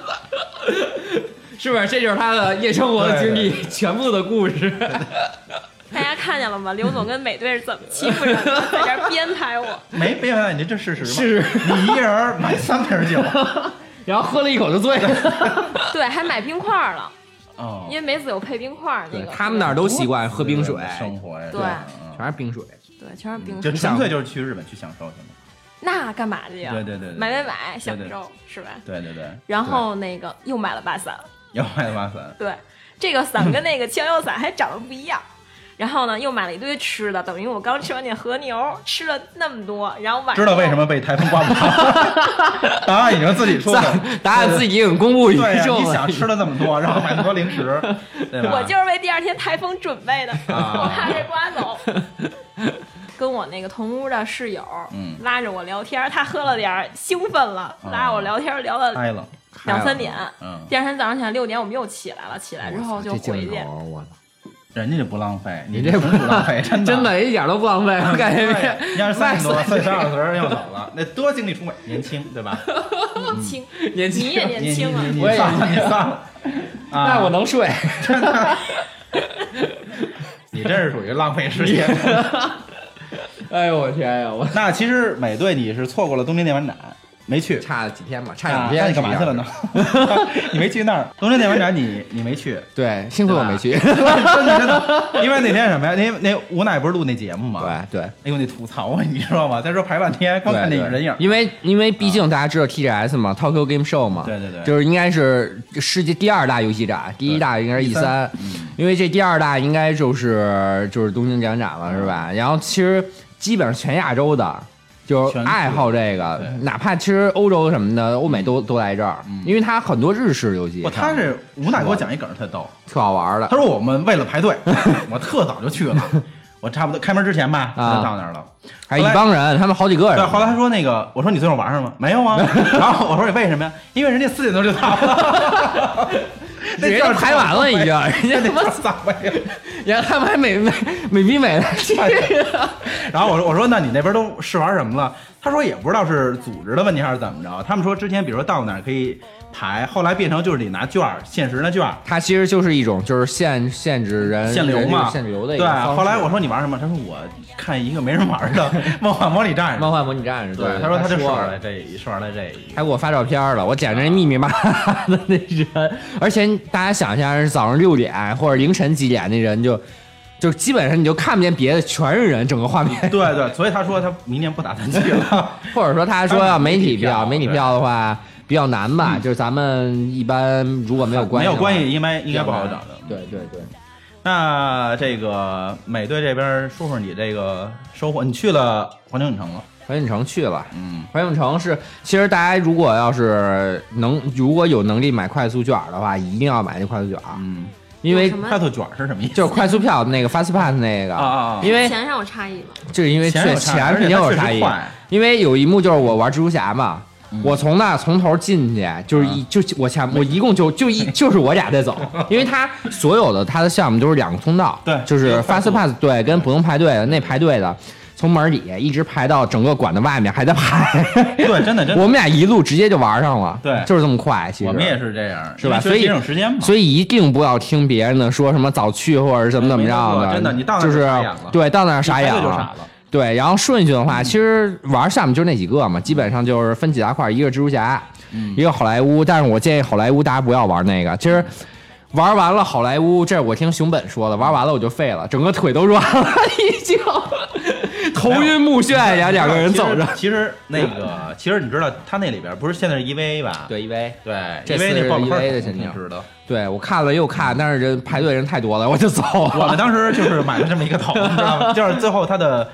S1: 是不是？这就是他的夜生活的经历，全部的故事。
S5: 大家看见了 吗？刘总跟美队是怎么欺负人的， 在这儿编排我。
S2: 没没想到你这这事实吗？
S1: 是，
S2: 你一人买三瓶酒，
S1: 然后喝了一口就醉了。
S5: 对，还买冰块了，
S2: 哦
S5: 因为梅子有配冰块儿那
S1: 对
S5: 个。
S1: 他们那儿都习惯喝冰水，
S2: 生活呀，
S5: 对
S2: 嗯
S1: 全是冰水。
S5: 对全是冰
S2: 就
S5: 块，
S2: 纯粹就是去日本去享受去嘛。
S5: 那干嘛去呀？
S2: 对对对对
S5: 啊买买买，享
S2: 对
S5: 受是吧？
S2: 对对对，
S5: 然后那个又买了把伞，
S2: 要买把伞，
S5: 对，这个伞跟那个七幺幺伞还长得不一样。然后呢，又买了一堆吃的，等于我刚吃完那和牛，吃了那么多，然后晚上
S2: 知道为什么被台风刮不 着？答案已经自己出来了。
S1: 答案自己已经公布于
S2: 对呀，啊
S1: 众
S2: 你
S1: 了
S2: 想。吃了那么多，然后买那么多零 食，对吧？
S5: 我就是为第二天台风准备的，
S2: 啊
S5: 我怕被刮走。 跟我那个同屋的室友，
S2: 嗯
S5: 拉着我聊天，他喝了点儿，兴奋了，
S2: 啊
S5: 拉着我聊天聊到
S2: 嗨了，
S5: 两三点。
S2: 嗯，
S5: 第二天早上起来六点，我们又起来了，起来之后就
S1: 哎这
S5: 回
S1: 镜
S2: 啊
S5: 去。
S1: 头，我操！
S2: 人家就不浪费，
S1: 你
S2: 这
S1: 这
S2: 纯不浪费，真
S1: 真
S2: 的真。
S1: 的一点都不浪费，我感觉
S2: 对，你要是三十多，四十二十又走了，那多精力充沛，年轻对吧？
S5: 年轻，
S1: 年
S5: 嗯你也
S1: 轻。
S2: 嗯 你
S5: 年
S2: 你
S5: 轻啊！
S2: 你
S1: 我也
S2: 算了，你算 了，啊
S1: 那我能睡。
S2: 你这是属于浪费时 间。
S1: 哎呦我天呀，我
S2: 那其实美队你是错过了东京电玩展，没去。
S1: 差了几天吧，差
S2: 啊
S1: 两天。
S2: 那你干嘛去了啊呢？？ 你没去那儿，东京电玩展你你没去，
S1: 对，幸亏我没去。
S2: 真的真的，因为那天什么呀？那那吴奈不是录那节目嘛？
S1: 对对。
S2: 哎呦，那吐槽啊，你知道吗？他说排半天，光看那
S1: 对对
S2: 人影儿，啊
S1: 因为因为毕竟大家知道 TGS 嘛，Tokyo Game Show 嘛，
S2: 对对对
S1: 就是应该是世界第二大游戏展，第一大应该是 E 三，
S2: 嗯
S1: 因为这第二大应该就是就是东京讲展了，是吧？
S2: 嗯
S1: 然后其实基本上全亚洲的。就是
S2: 全是
S1: 爱好这个
S2: 对，
S1: 哪怕其实欧洲什么的，欧美都都来这儿，因为它很多日式游戏
S2: 不，，他哦是吴娜给我讲一梗儿特逗。
S1: 特好玩的
S2: 他。说我们为了排队，我特早就去了，我差不多开门之前吧，我
S1: 啊
S2: 就到那儿了。
S1: 还有一帮人，他们好几个人。
S2: 对，后来他说那个，我说你最后玩上了吗？没 有啊。然后我说你为什么呀？因为人家四点多就 到了，那
S1: 人
S2: 地
S1: 家
S2: 儿
S1: 排完了已经，
S2: 那
S1: 人家
S2: 地
S1: 他妈
S2: 儿咋办呀？
S1: 然后他们还美 美美逼美的去，
S2: 哎 然后我说我说那你那边都试玩什么了？他说也不知道是组织的问题还是怎么着。他们说之前比如说到那儿可以排，后来变成就是得拿券儿，限时的券儿。
S1: 它其实就是一种就是限限制人
S2: 限流
S1: 人
S2: 嘛，
S1: 呃限流的一
S2: 对
S1: 个方式。
S2: 后来我说你玩什么？他说我看一个没人玩的 《梦幻模拟战士》。
S1: 漫画模拟战士，
S2: 对，
S1: 他
S2: 他说
S1: 他
S2: 他就
S1: 说
S2: 耍
S1: 了
S2: 了这一耍了这一
S1: 还哎给我发照片了，我简直密密麻麻的那人，而且大家想象是早上六点或者凌晨几点那人就，就基本上你就看不见别的，全是人，整个画面，
S2: 对对，所以他说他明年不打算去了。
S1: 或者说他说要媒体票，媒
S2: 媒体票
S1: 体票的话比较难吧，就是咱们一般如果没有关
S2: 嗯
S1: 系的
S2: 没有
S1: 话，
S2: 关系，应该应
S1: 比
S2: 该
S1: 较
S2: 不好
S1: 难
S2: 找的。
S1: 对对对，
S2: 那这个美队这边说说你这个收获，你去了环球影城了，
S1: 环球影城去了。
S2: 嗯，
S1: 环球影城是，其实大家如果要是能如果有能力买快速券的话，一定要买那快速券，啊
S2: 嗯，
S1: 因为
S5: 有什么
S2: 快速卷是什么意思？
S1: 就是快速票那个 fast pass 那个，
S2: 啊啊啊
S1: 因为
S5: 钱上有差异吗？
S1: 就是因为
S2: 钱
S1: 确
S2: 有差
S1: 钱
S2: 而且
S1: 肯定
S2: 它
S1: 有
S2: 确实
S1: 差异
S2: 快，嗯
S1: 因为有一幕就是我玩蜘蛛侠嘛，我从那从头进去就是一就我前我一共就就 一就是我俩在走，因为他所有的他的项目都是两个通道，
S2: 对
S1: 就
S2: 一
S1: 是
S2: 个快
S1: fast
S2: 速
S1: pass 对跟不用排队的那排队的。从门底下一直排到整个馆的外面，还在排。
S2: 对，真的 真
S1: 我
S2: 的，
S1: 们俩一路直接就玩上了，
S2: 对
S1: 就是这么快。其实
S2: 我们也是这样，
S1: 是吧
S2: 因为觉得
S1: 所以
S2: 节省时间嘛。
S1: 所以一定不要听别人的说什么早去或者怎么怎么着
S2: 没错
S1: 的，
S2: 真的你到那儿
S1: 就
S2: 就是傻眼了
S1: 对，到那儿
S2: 一
S1: 傻眼
S2: 排队就
S1: 了，
S2: 傻了。
S1: 对，然后顺序的话，其实玩项目就那几个嘛，基本上就是分几大块，一个蜘蛛侠，
S2: 嗯
S1: 一个好莱坞。但是我建议好莱坞大家不要玩那个，其实。玩完了好莱坞，这是我听熊本说的。玩完了我就废了，整个腿都软了， 已经头晕目眩，然后两个人走着。
S2: 其实其实那个，其实你知道，他那里边不是现在是 EVA 吧？
S1: 对，因为
S2: 对，
S1: 这
S2: e
S1: 次
S2: v
S1: 是
S2: 那爆米花
S1: EVA 的
S2: 肯
S1: 限定
S2: 定知道。
S1: 对我看了又看，但是人排队人太多了，我就走
S2: 我们
S1: 了。
S2: 当时就是买了这么一个头，你知道 吗？就是最后它的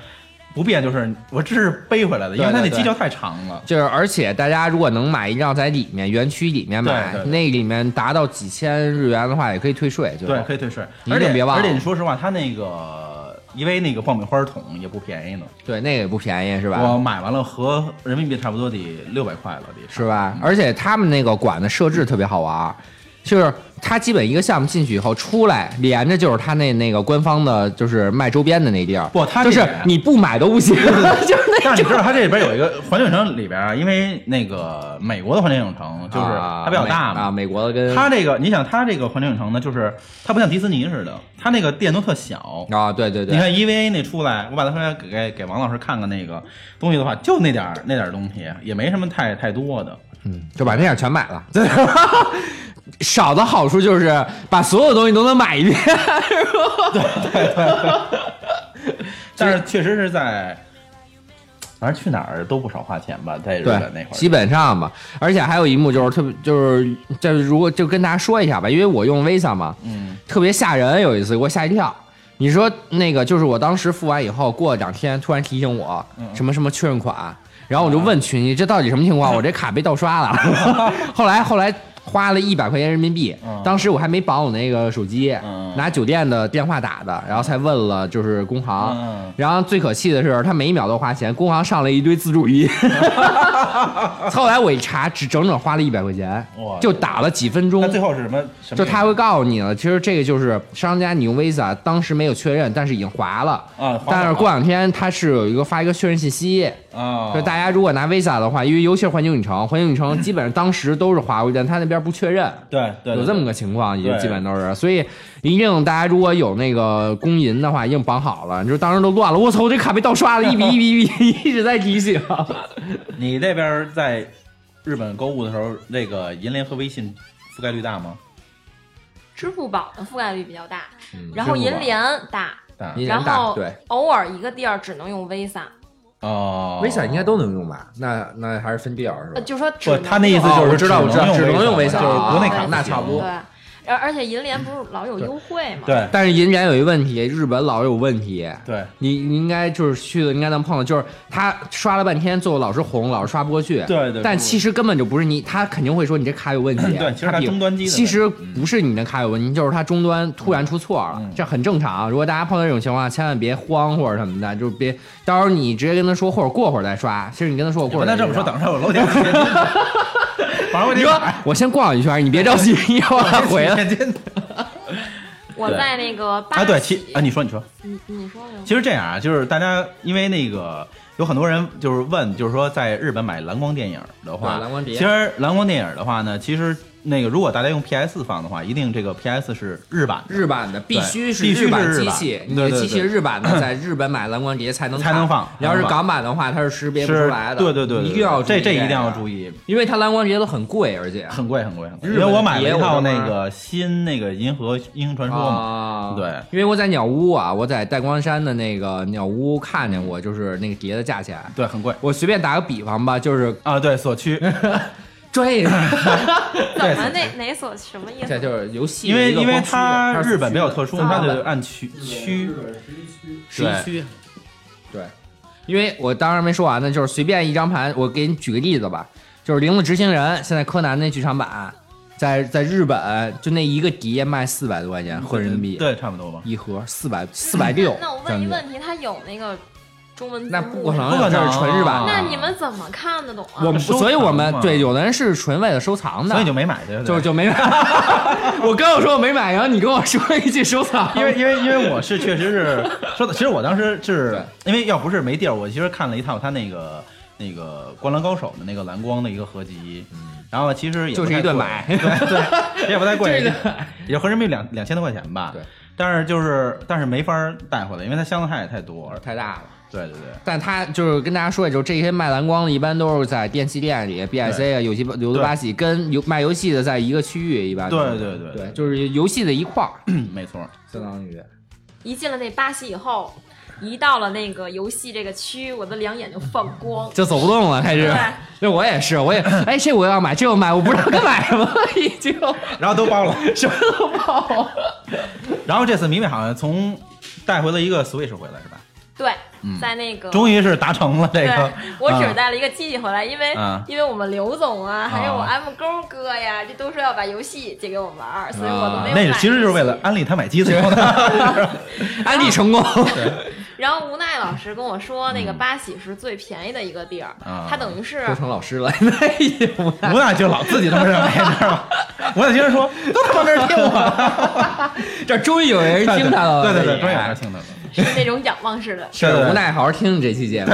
S2: 不变就是我这是背回来的，因为它那
S1: 对对对
S2: 犄角太长了。
S1: 就是，而且大家如果能买一定要在里面园区里面买，
S2: 对对对
S1: 那里面达到几千日元的话，也可以退税。最后
S2: 对，可以退税，
S1: 你一
S2: 而
S1: 定
S2: 且
S1: 别忘了
S2: 而且你说实话，它那个因为那个爆米花桶也不便宜呢，
S1: 对，那个也不便宜是吧？
S2: 我买完了合人民币差不多得六百块了，得
S1: 是吧？而且他们那个馆的设置特别好玩儿，就是它基本一个项目进去以后出来，连着就是他那那个官方的，就是卖周边的那地儿。
S2: 不它
S1: 就是
S2: 这个
S1: 你不买都不行， 就是那
S2: 但是你知道，它这里边有一个环球影城里边啊，因为那个美国的环球影城 就是它比较大嘛，
S1: 啊，美国的跟
S2: 它这个你想，它这个环球影城呢，就是它不像迪士尼似的，它那个店都特小。
S1: 啊，对对
S2: 你
S1: 对，
S2: 看 EVA 那出来，我把它出来给给给王老师看看那个东西的话，就那点儿那点儿东西，也没什么太太多的。
S1: 嗯，就把那点儿全买 了。少的好处就是把所有东西都能买一遍，
S2: 但是确实是在，反正去哪儿都不少花钱吧，在日
S1: 对
S2: 本那块，
S1: 基
S2: 儿。
S1: 本上吧。而且还有一幕就是特别，就是这如果就跟大家说一下吧，因为我用 Visa 嘛，
S2: 嗯，
S1: 特别吓人，有一次给我吓一跳。你说那个就是我当时付完以后，过两天突然提醒我
S2: 嗯
S1: 什么什么确认款，然后我就问
S2: 啊
S1: 群里这到底什么情 况？我这卡被盗刷了。 后来后来花了一百块钱人民币，
S2: 嗯
S1: 当时我还没绑我那个手机，拿酒店的电话打的，然后才问了就是工行
S2: 嗯。
S1: 然后最可气的是他每一秒都花钱，工行上了一堆自助音。 后来我一查，只整整花了一百块钱
S2: 哇，
S1: 就打了几分钟
S2: 那。最后是什么？什么
S1: 就他会告诉你了。其实这个就是商家你用 Visa 当时没有确认，但是已经划了。
S2: 啊，滑
S1: 但是
S2: 板
S1: 过两天它是有一个发一个确认信息，
S2: 啊，
S1: 就大家如果拿 Visa 的话，因为尤其是环球影城，环球影城基本上当时都是划过一遍，他那边不确认，
S2: 对对
S1: 有这么
S2: 个
S1: 个情况，也
S2: 对
S1: 基本都是。所以一定大家如果有那个公银的话，一定绑好了。就是当时都乱了，我操，我这卡被盗刷了，一笔一笔一笔一直在提醒。
S2: 你那边儿在日本购物的时候，那个银联和微信覆盖率大吗？
S5: 支付宝的覆盖率比较大，然后
S2: 支付
S5: 银
S2: 宝
S5: 联大，
S2: 大
S1: 银联
S5: 然
S1: 大
S5: 后
S1: 对
S5: 偶尔一个地儿只能用 Visa，
S2: 哦
S1: 都能用吧？那那还是分必要是
S5: 呃，就说只
S2: 不，
S5: 能
S2: 他那意思
S1: 哦
S2: 就是
S1: 我知道我知道
S2: 只
S1: 只能
S2: 能
S1: 用
S2: 用
S1: Visa，
S2: 就是国内
S5: 对
S2: 卡
S5: 对
S1: 那差不多
S5: 对，而而且银联不是老有优惠嘛？，。
S2: 对
S1: 但是银联有一个问题，日本老有问题。
S2: 对
S1: 你你应该就是去的应该能碰到，就是他刷了半天，最后老是红，老是刷不过去。
S2: 对对
S1: 但
S2: 对嗯
S1: 其实根本就不是你，他肯定会说你这卡有问题。
S2: 对其实他
S1: 比
S2: 终端机的嗯
S1: 其实不是你的卡有问题，就是他终端突然出错了，这很正常。啊如果大家碰到这种情况，千万别慌或者什么的，就是别到时候你直接跟他说，或者过会儿再刷。其实你跟他说，我过
S2: 我
S1: 会儿
S2: 跟
S1: 再
S2: 他
S1: 刷
S2: 这么说，等着我楼顶上接反正我
S1: 你
S2: 得
S1: 说我先逛一圈，你别着急，一会儿我还回来。
S2: 天津
S5: 我在那个八
S2: 啊，对，
S5: 旗
S2: 其啊，你说你说，
S5: 你你说呀，
S2: 其实这样啊，就是大家因为那个有很多人就是问，就是说在日本买蓝光电影的话，
S1: 对蓝光碟
S2: 其实蓝光电影的话呢，其实那个如果大家用 PS 放的话，一定这个 PS 是日版的
S1: 日版的必须是
S2: 必须是
S1: 版
S2: 日
S1: 机
S2: 版
S1: 器
S2: 对，
S1: 你的
S2: 对
S1: 机器是
S2: 对
S1: 日版 的，在日本买蓝光碟才能
S2: 才能放
S1: 看要
S2: 才
S1: 是
S2: 能放
S1: 港版的话，它是识别不出
S2: 是
S1: 来的。
S2: 对对对，
S1: 一定要
S2: 这
S1: 这
S2: 这一定要注
S1: 意，
S2: 意，
S1: 因为它蓝光碟都很贵，而且
S2: 很贵很贵很贵。
S1: 日
S2: 因
S1: 本
S2: 为我买了
S1: 碟
S2: 一
S1: 我
S2: 套
S1: 他妈
S2: 那个新那个银河英雄传说嘛，
S1: 啊，
S2: 对，
S1: 因为我在鸟屋啊，我在戴光山的那个鸟屋看见过，就是那个碟的价钱。
S2: 对，很贵
S1: 我随便打个比方吧，就是
S2: 啊，对，所趋，
S1: 专业，
S5: 怎么哪哪所什么意
S1: 这
S5: 思？
S1: 就是游戏
S2: 因
S1: 的
S2: 为
S1: 一个
S2: 因
S1: 光驱的，
S2: 为它
S1: 是
S2: 日本比较
S1: 四驱的
S2: 特殊，
S1: 啊
S2: 它就按区区
S1: 十一
S2: 对
S1: 区，对，因为我当然没说完呢，就是随便一张盘，我给你举个例子吧，就是《零的执行人》，现在柯南那剧场版，在在日本就那一个碟卖四百多块钱合人民币，
S2: 嗯对，差不多吧。
S1: 一盒四百四百六，
S5: 那我问一问题，它有那个中文字
S1: 那
S5: 幕
S1: 不可
S5: 吗
S2: 啊
S1: 能，这是纯日版的。
S5: 那你们怎么看得懂啊？
S1: 我们
S2: 收藏
S1: 所以我们
S2: 嘛
S1: 对有的人是纯为了收藏的，
S2: 所以就没买对不对
S1: 就就没买。 我刚要说我没买，然后你跟我说一句收藏，
S2: 因为因为因为我是确实是说的，其实我当时是因为要不是没地儿，我其实看了一套他那个那个《灌篮高手》的那个蓝光的一个合集，然后其实也不
S1: 嗯就
S2: 太
S1: 是一顿
S2: 贵
S1: 买
S2: 对对，也不太
S1: 这
S2: 贵
S1: 个，
S2: 也合人民币两两千多块钱吧。
S1: 对，
S2: 但是就是但是没法儿带回来，因为它箱子太太多了。
S1: 太大了。
S2: 对对对。
S1: 但他就是跟大家说，也就是这些卖蓝光的，一般都是在电器店里，BIC 啊、有些刘德巴喜跟游卖游戏的在一个区域，一般都是
S2: 对对对
S1: 对，就是游戏的一块儿，
S2: 嗯没错，
S1: 相当于
S5: 一进了那巴西以后，一到了那个游戏这个区，我的两眼就放光。
S1: 就走不动了，开始
S5: 对。
S1: 那我也是，我也哎，这我要买，这我买，我不知道该买什么，已经
S2: 然后都包了，什么都包。然后这次米米好像从带回了一个 Switch 回来是吧？
S5: 对，
S2: 嗯
S5: 在那个
S2: 终于是达成了这
S5: 对
S2: 个。，
S5: 我只
S2: 啊
S5: 是带了一个机器回来，因为
S2: 嗯
S5: 因为我们刘总啊，还有我
S2: 啊
S5: M 勾哥呀，这都说要把游戏借给我玩儿，所以我都没有买
S2: 那是其实就是为了安利他买机子用的。
S1: 安利成功。
S5: 然后无奈老师跟我说，那个八喜是最便宜的一个地儿，
S2: 嗯啊
S5: 它等 于是
S1: 都成老师了，哎那已经不
S2: 我俩就老自己他妈认为，知道吗？我俩经常说都他妈没人听我。
S1: 这终于有人听他了，
S2: 对对对，
S1: 终
S2: 终
S1: 于
S2: 于有人听他了。
S5: 是那种仰望式的。
S1: 是
S2: 对对对
S1: 无奈好好听这期节目，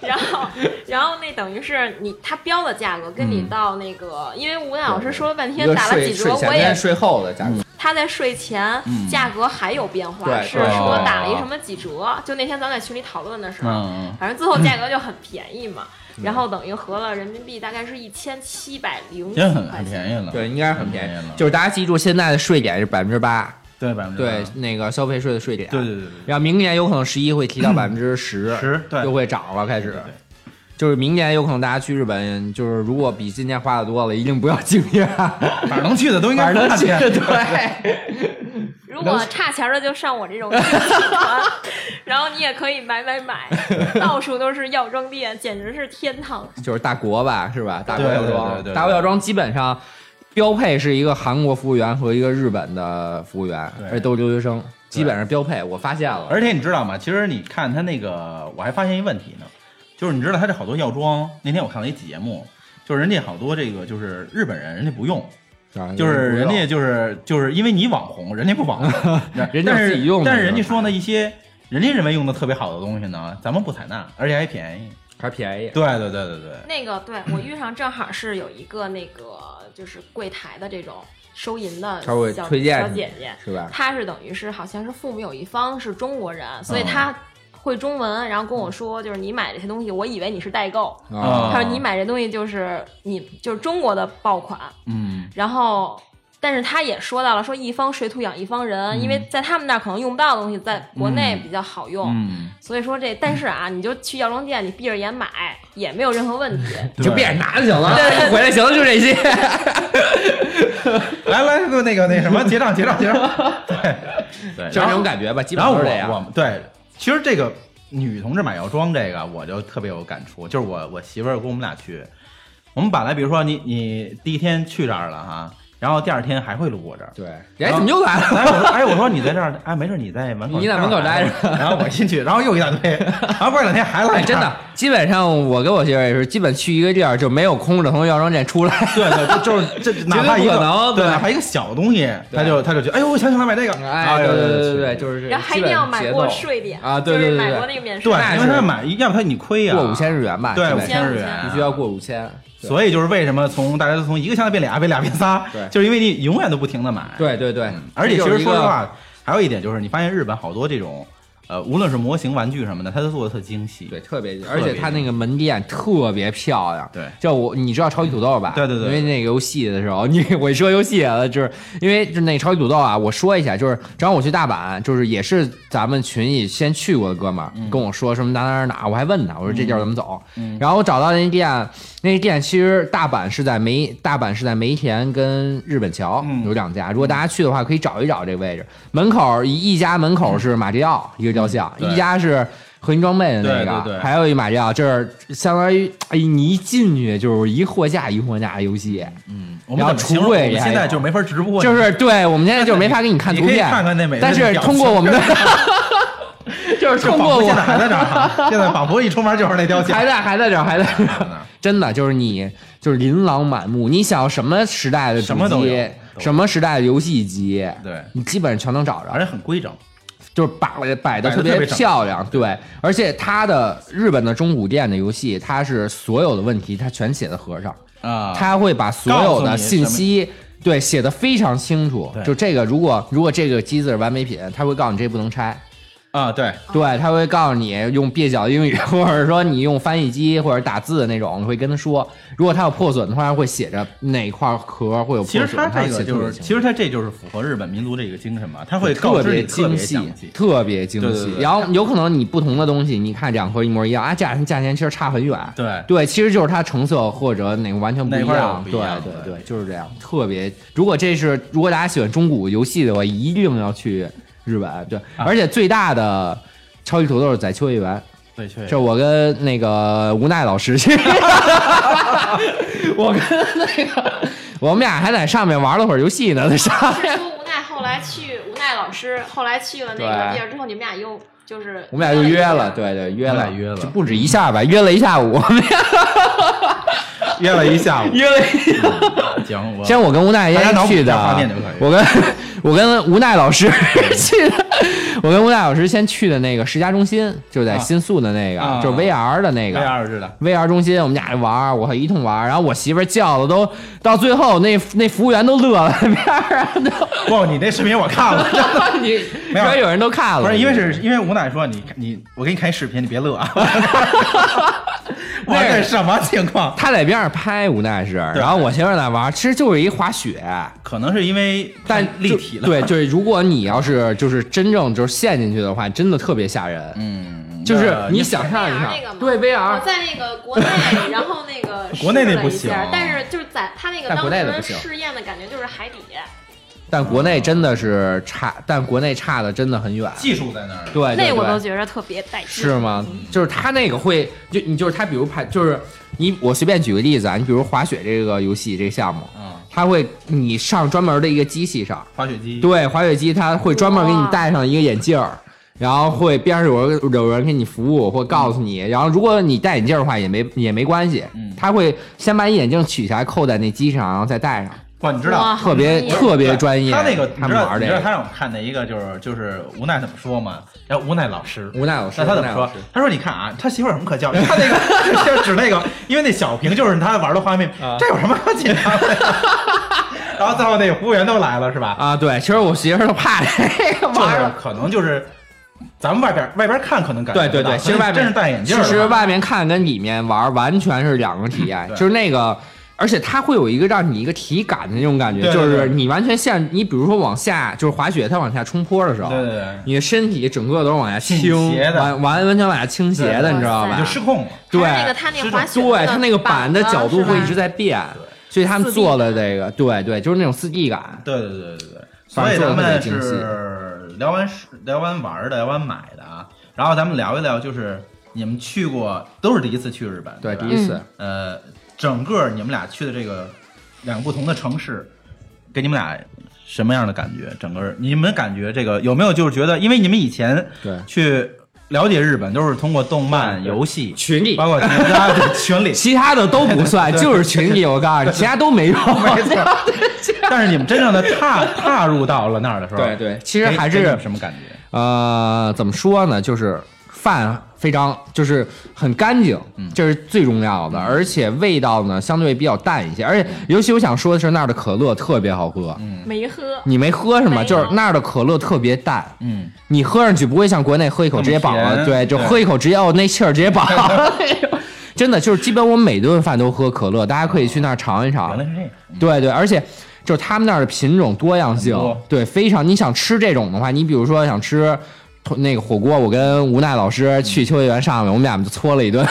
S5: 然后，然后那等于是你他标的价格跟
S2: 嗯
S5: 你到那个，因为吴奈老师说了半
S1: 一
S5: 天
S1: 个
S5: 打了
S1: 睡
S5: 几折
S1: 睡，前
S5: 我也嗯
S1: 跟睡后的价格，
S5: 他在税前价格还有变化，
S1: 对
S5: 是
S1: 对
S5: 说
S2: 嗯哦
S5: 打了一什么几折？就那天咱们在群里讨论的时候，
S2: 嗯
S5: 反正最后价格就很便宜嘛。然后等于合了人民币大概是一千七百零
S2: 其实很
S5: 块
S2: 很
S5: 钱。
S2: 便宜了，
S1: 对，应该是很便
S2: 便
S1: 宜
S2: 了，。
S1: 就是大家记住，现在的税点是百分之八，
S2: 对百分之
S1: 对，那个消费税的税点，
S2: 嗯对对对
S1: 然后明年有可能十一会提到百分之十，
S2: 10%对
S1: 就会涨了，开始
S2: 对对。
S1: 就是明年有可能大家去日本，就是如果比今年花的多了，一定不要惊讶，
S2: 对， 反正能去的都应该
S1: 反正能
S2: 看
S1: 去
S2: 见。
S1: 对，
S5: 如果差钱儿的就上我这种集团， 然后你也可以买买 买，到处都是药妆店，简直是天堂。
S1: 就是大国吧，是吧？大国
S2: 对
S1: 药
S2: 对对
S1: 妆
S2: 对，对
S1: 大国药妆基本上标配是一个韩国服务员和一个日本的服务员，
S2: 对
S1: 而且都是留学生，基本上标配。我发现了，
S2: 而且你知道吗？其实你看他那个，我还发现一问题呢，就是你知道他这好多药妆，那天我看了一节目，就是人家好多这个就是日本人，人家不用，
S1: 啊，
S2: 就是人家就是就是因为你网红，人家不网红
S1: 人家
S2: 但
S1: 自己用的
S2: 但是
S1: 是吧
S2: 人家说呢，一些人家认为用的特别好的东西呢，咱们不采纳，而且还便宜。
S1: 还便宜，
S2: 对对对对对，
S5: 那个对我遇上正好是有一个那个 就是柜台的这种收银的
S1: 他会
S5: 小
S1: 推荐
S5: 小
S1: 你
S5: 姐姐，
S1: 是吧？
S5: 她是等于是好像是父母有一方是中国
S1: 啊
S5: 人，所以
S2: 嗯
S5: 她会中文，然后跟我说就是你买这些东西，我以为你是代购，
S1: 啊，
S5: 她说你买这东西就是你就是中国的爆款，
S2: 嗯，
S5: 然后。但是她也说到了，说一方水土养一方人，
S1: 嗯
S5: 因为在他们那儿可能用不到的东西，在国内比较好
S1: 哦
S5: 用，
S2: 嗯，
S5: 所以说这，但是啊，你就去药妆店，你闭着眼买也没有任何问题。
S1: 你就闭着拿就行了，
S5: 对
S1: 回来行了，就这些。
S2: 来来那个那个那什么结账结账结 账，对对，
S1: 就是那
S2: 然后
S1: 种感觉吧，基本
S2: 然后
S1: 上都
S2: 我
S1: 是这样。
S2: 我对，其实这个女同志买药妆这个，啊我就特别有感触，就是我我媳妇儿跟我们俩去，我们本来比如说你你第一天去这儿了哈，然后第二天还会路过这儿。
S1: 对，哎，怎么又来了？
S2: 哎，我说，哎，我说你在这儿，哎，没事，你在门口，
S1: 你在门口待着
S2: 然后我进去，然后又一大堆，然后过两天还来、
S1: 哎，真的，基本上我跟我媳妇儿也是，基本去一个地儿就没有空着从药妆店出来。
S2: 对对，就就是这哪怕一
S1: 绝对不
S2: 个
S1: 可能
S2: 对，
S1: 对
S2: 哪怕一个小东西，他就他就觉得，哎呦，我想起来买这个， 啊
S1: 哎，对对对对对，就是这
S5: 然后还一定要买过税点
S1: 啊对对对
S5: 就是买
S1: 对
S5: 过那个免税
S2: 对，
S1: 那
S2: 因为他
S1: 是
S2: 买，要不他你亏呀，
S1: 过五，千日嗯元吧，
S2: 对，
S1: 基
S2: 五
S1: 本上
S2: 千日
S5: 五
S2: 元，
S1: 必须要过五千。对
S2: 所以就是为什么从大家从一个项目变俩，变俩变仨
S1: 对，
S2: 就是因为你永远都不停的买。
S1: 对对对
S2: 嗯，而且
S1: 这
S2: 其
S1: 就是
S2: 实
S1: 一
S2: 说实
S1: 个，
S2: 话，还有一点就是，你发现日本好多这种，呃，无论是模型、玩具什么的，它都做的特精细。
S1: 对，特别，而且它那个门店特别漂亮。
S2: 对
S1: 就我你知道超级土豆吧？
S2: 对对对
S1: 因为那个游戏的时候，你 我一说游戏啊，就是因为就那超级土豆啊，我说一下，就是正好我去大阪，就是也是咱们群里先去过的哥们儿、
S2: 嗯
S1: 跟我说什么哪哪哪哪，我还问他，我说这地儿怎么走？然后我找到那店，那店其实大阪是在梅大阪是在梅田跟日本桥、
S2: 嗯
S1: 有两家，如果大家去的话，可以找一找这个位置。门口一一家门口是马里奥、一个雕像，
S2: 嗯对
S1: 一家是。合金装备的那个，
S2: 对对对
S1: 还有一马里奥，这儿相当于，哎，你一进去就是一货架一货架的游戏，
S2: 嗯，我
S1: 然
S2: 们
S1: 后
S2: 怎么形
S1: 橱
S2: 容？我
S1: 柜
S2: 们
S1: 也还
S2: 现在
S1: 有
S2: 就没法直播，
S1: 就是对我们现在就没法给你看
S2: 你
S1: 图
S2: 可以
S1: 片，
S2: 看看那美
S1: 但
S2: 人的
S1: 是
S2: 表
S1: 通过
S2: 情
S1: 我们 的，就是
S2: 就
S1: 通过
S2: 仿佛
S1: 我
S2: 现在还在 这儿，现在仿佛一出门就是那雕像
S1: 还。在还在这儿，还在这儿，
S2: 嗯
S1: 真的就是你就是琳琅满目，你想什么时代的主
S2: 什么都有
S1: 机，
S2: 都
S1: 什么时代的游戏机，
S2: 对，
S1: 你基本上全能找着
S2: 而。且很规整。
S1: 就是摆摆的
S2: 摆得
S1: 特
S2: 特
S1: 别
S2: 别整
S1: 漂亮，对，而且它的日本的中古店的游戏，它是所有的问题它全写在盒上，
S2: 啊
S1: 它会把所有的信息对写的非常清楚。
S2: 对
S1: 就这个，如果如果这个机子是完美品，它会告诉你这不能拆，
S2: 啊，对，
S1: 对，它会告诉你用蹩脚英语， 或者说你用翻译机或者打字的那种，会跟他说，如果它有破损的话，会写着哪块盒会有
S2: 其
S1: 破
S2: 实
S1: 损。
S2: 他
S1: 它
S2: 这
S1: 写
S2: 个
S1: 特
S2: 就
S1: 别
S2: 是，
S1: 清楚
S2: 其实他这就是符合日本民族这个精神嘛，他会告
S1: 特
S2: 知
S1: 别
S2: 你特
S1: 精
S2: 别
S1: 细
S2: 详细，。
S1: 特别精
S2: 对对
S1: 细。
S2: 对对
S1: 然后有可能你不同的东西，你看两盒一模一样啊，价价钱其实差很远。
S2: 对
S1: 对，其实就是它成色或者哪个完全不一
S2: 哪块儿
S1: 样
S2: 有。不一
S1: 对
S2: 样
S1: 对
S2: 对
S1: 对，就是这样。特别，如果这是如果大家喜欢中古游戏的话，一定要去日本。对，
S2: 啊
S1: 而且最大的超级土豆是在秋叶原。
S2: 对，确
S1: 这我跟那个无奈老师 去，我跟那个我们俩还在上面玩了会儿游戏呢，在上面。
S5: 是说无奈后来去无奈老师后来去了那个
S1: 对
S5: 地儿之后，你们俩又就是
S1: 我们俩就约了，，对对，约
S2: 我们
S1: 了
S2: 俩约了
S1: 就不止一下吧，约了一下午， 我们俩
S2: 约了一下午
S1: ，
S2: 嗯
S1: 约了一下。
S2: 行，我
S1: 先我跟吴奈
S2: 大家脑
S1: 先
S2: 补
S1: 去
S2: 一下
S1: 的
S2: 画面就可以，
S1: 我跟我跟吴奈老师 去的，我跟吴奈老师先去的那个世家中心，就是在
S2: 啊
S1: 新宿的那个，
S2: 啊
S1: 就是 VR 的那个。
S2: VR 知道。
S1: VR 中心，我们俩就玩儿，我一通玩儿，然后我媳妇儿叫的都到最后那那服务员都乐了，边儿啊 都，
S2: 不，你那视频我看了，
S1: 你
S2: 没
S1: 边
S2: 有
S1: 儿有人都看了，
S2: 不是因为是因为吴奶说你你我给你看一视频，你 别乐啊！我这什么情况？
S1: 他在边上拍，无奈是，然后我媳妇儿在玩儿，其实就是一滑雪，
S2: 可能是因为
S1: 但
S2: 太立
S1: 就
S2: 体了，
S1: 对，就是如果你要是就是真正就是陷进去的话，真的特别吓人。
S2: 嗯，
S1: 就是
S2: 那
S1: 你想象一
S5: VR
S1: 下
S5: 那个，吗
S1: 对 VR，
S5: 我在那个 国内，然后那个
S2: 国内那
S5: 试了
S2: 不
S5: 一下
S2: 行
S5: 但是就是在他那个
S1: 哦在国
S5: 当
S1: 内的
S5: 时
S1: 不行
S5: 试验的感觉就是海底，
S1: 但国内真的是差，但国内差的真的很远。
S2: 技术在那儿，
S1: 对对
S5: 那我都
S1: 对，
S5: 觉着特别带劲。
S1: 是吗？就是他那个会，就你就是他，比如拍，就是你，我随便举个例子啊，你比如滑雪这个游戏这个项目，
S2: 嗯，
S1: 它会你上专门的一个机器上，
S2: 滑雪机，
S1: 对，滑雪机它会专门给你戴上一个眼镜儿，然后会边上有人有人给你服务或告诉你，然后如果你戴眼镜儿的话也没也没关系，
S2: 嗯
S1: 它会先把你眼镜取下来扣在那机上，然后再戴上，
S2: 不，你知道
S5: 哇。
S1: 特别
S5: 专业
S1: 特别专业。
S2: 他那个，你
S1: 他
S2: 知
S1: 们
S2: 道，
S1: 玩
S2: 你
S1: 这
S2: 知道他
S1: 个，
S2: 让我看的一个就是就是无奈怎么说吗？然后无奈老师，
S1: 无奈老师，
S2: 那他
S1: 无
S2: 怎么
S1: 奈
S2: 说
S1: 嗯老师？
S2: 他说：“你看啊，他媳妇儿有什么可教育？他那个就指那个，因为那小屏就是他玩的画面，
S1: 啊
S2: 这有什么 可紧张的呀？”然后最后那服务员都来了，是吧？
S1: 啊，对，其实我媳妇儿都怕这个
S2: 就
S1: 玩
S2: 是
S1: 儿。
S2: 可能就是咱们外边外边看可能感觉
S1: 对对
S2: 不到
S1: 对，其实
S2: 可能
S1: 外面
S2: 真是戴眼镜儿
S1: 其
S2: 的
S1: 实
S2: 话
S1: 外面看跟里面玩儿完全是两个体验，
S2: 对
S1: 就是那个。而且它会有一个让你一个体感的那种感觉，
S2: 对对
S1: 就是
S2: 对
S1: 你完全像你，比如说往下，就是滑雪，它往下冲坡的时候，
S2: 对对对，
S1: 你的身体整个都是往下倾
S2: 倾斜，的
S1: 完完完全往下倾斜的，
S5: 对
S1: 你知道
S5: 哇
S1: 吧
S5: 塞
S2: 你就？失控了。
S1: 对，
S5: 还有那个啊他那滑雪的
S1: 对，它那个板
S5: 板
S1: 的
S5: 子
S1: 角度
S5: 是吧
S1: 会一直在变，所以他们做了这个，对对，就是那种四 D 感。
S2: 对对对对对，
S1: 反正
S2: 所以
S1: 做得
S2: 咱们
S1: 特别精细
S2: 是聊完是聊完玩儿的，聊完买的啊，然后咱们聊一聊，就是你们去过都是第一次去日本，
S1: 对，
S2: 吧
S5: 嗯
S1: 第一次，
S2: 呃，整个你们俩去的这个两个不同的城市，给你们俩什么样的感觉？整个你们感觉这个有没有就是觉得，因为你们以前
S1: 对
S2: 去了解日本都是通过动漫、游戏，
S1: 群里
S2: 包括其他 的群里，
S1: 其他的都不 算，就是群里我告诉你，其他都没 用。
S2: 但是你们真正的 踏踏入到了那儿的时候，
S1: 对对其实
S2: 给
S1: 还是
S2: 给你们什么感觉？
S1: 呃，怎么说呢？就是饭非常就是很干净，
S2: 嗯
S1: 这是最重要的，而且味道呢相对比较淡一些，而且尤其我想说的是那儿的可乐特别好喝。
S2: 嗯
S5: 没喝，
S1: 你没喝是
S5: 没
S1: 吗？
S5: 有
S1: 就是那儿的可乐特别淡，
S2: 嗯，
S1: 你喝上去不会像国内喝一口直接饱
S2: 那么
S1: 了，
S2: 甜
S1: 对，就
S2: 对
S1: 喝一口直接哦那气儿直接饱 了。真的就是，基本我每顿饭都喝可乐，大家可以去那儿尝一尝
S2: 原来。是这样，嗯
S1: 对对，而且就是他们那儿的品种多样性
S2: 很多，
S1: 对，非常。你想吃这种的话，你比如说想吃同那个火锅，我跟吴奈老师
S2: 嗯
S1: 去秋叶原上面，我们俩就搓了一顿。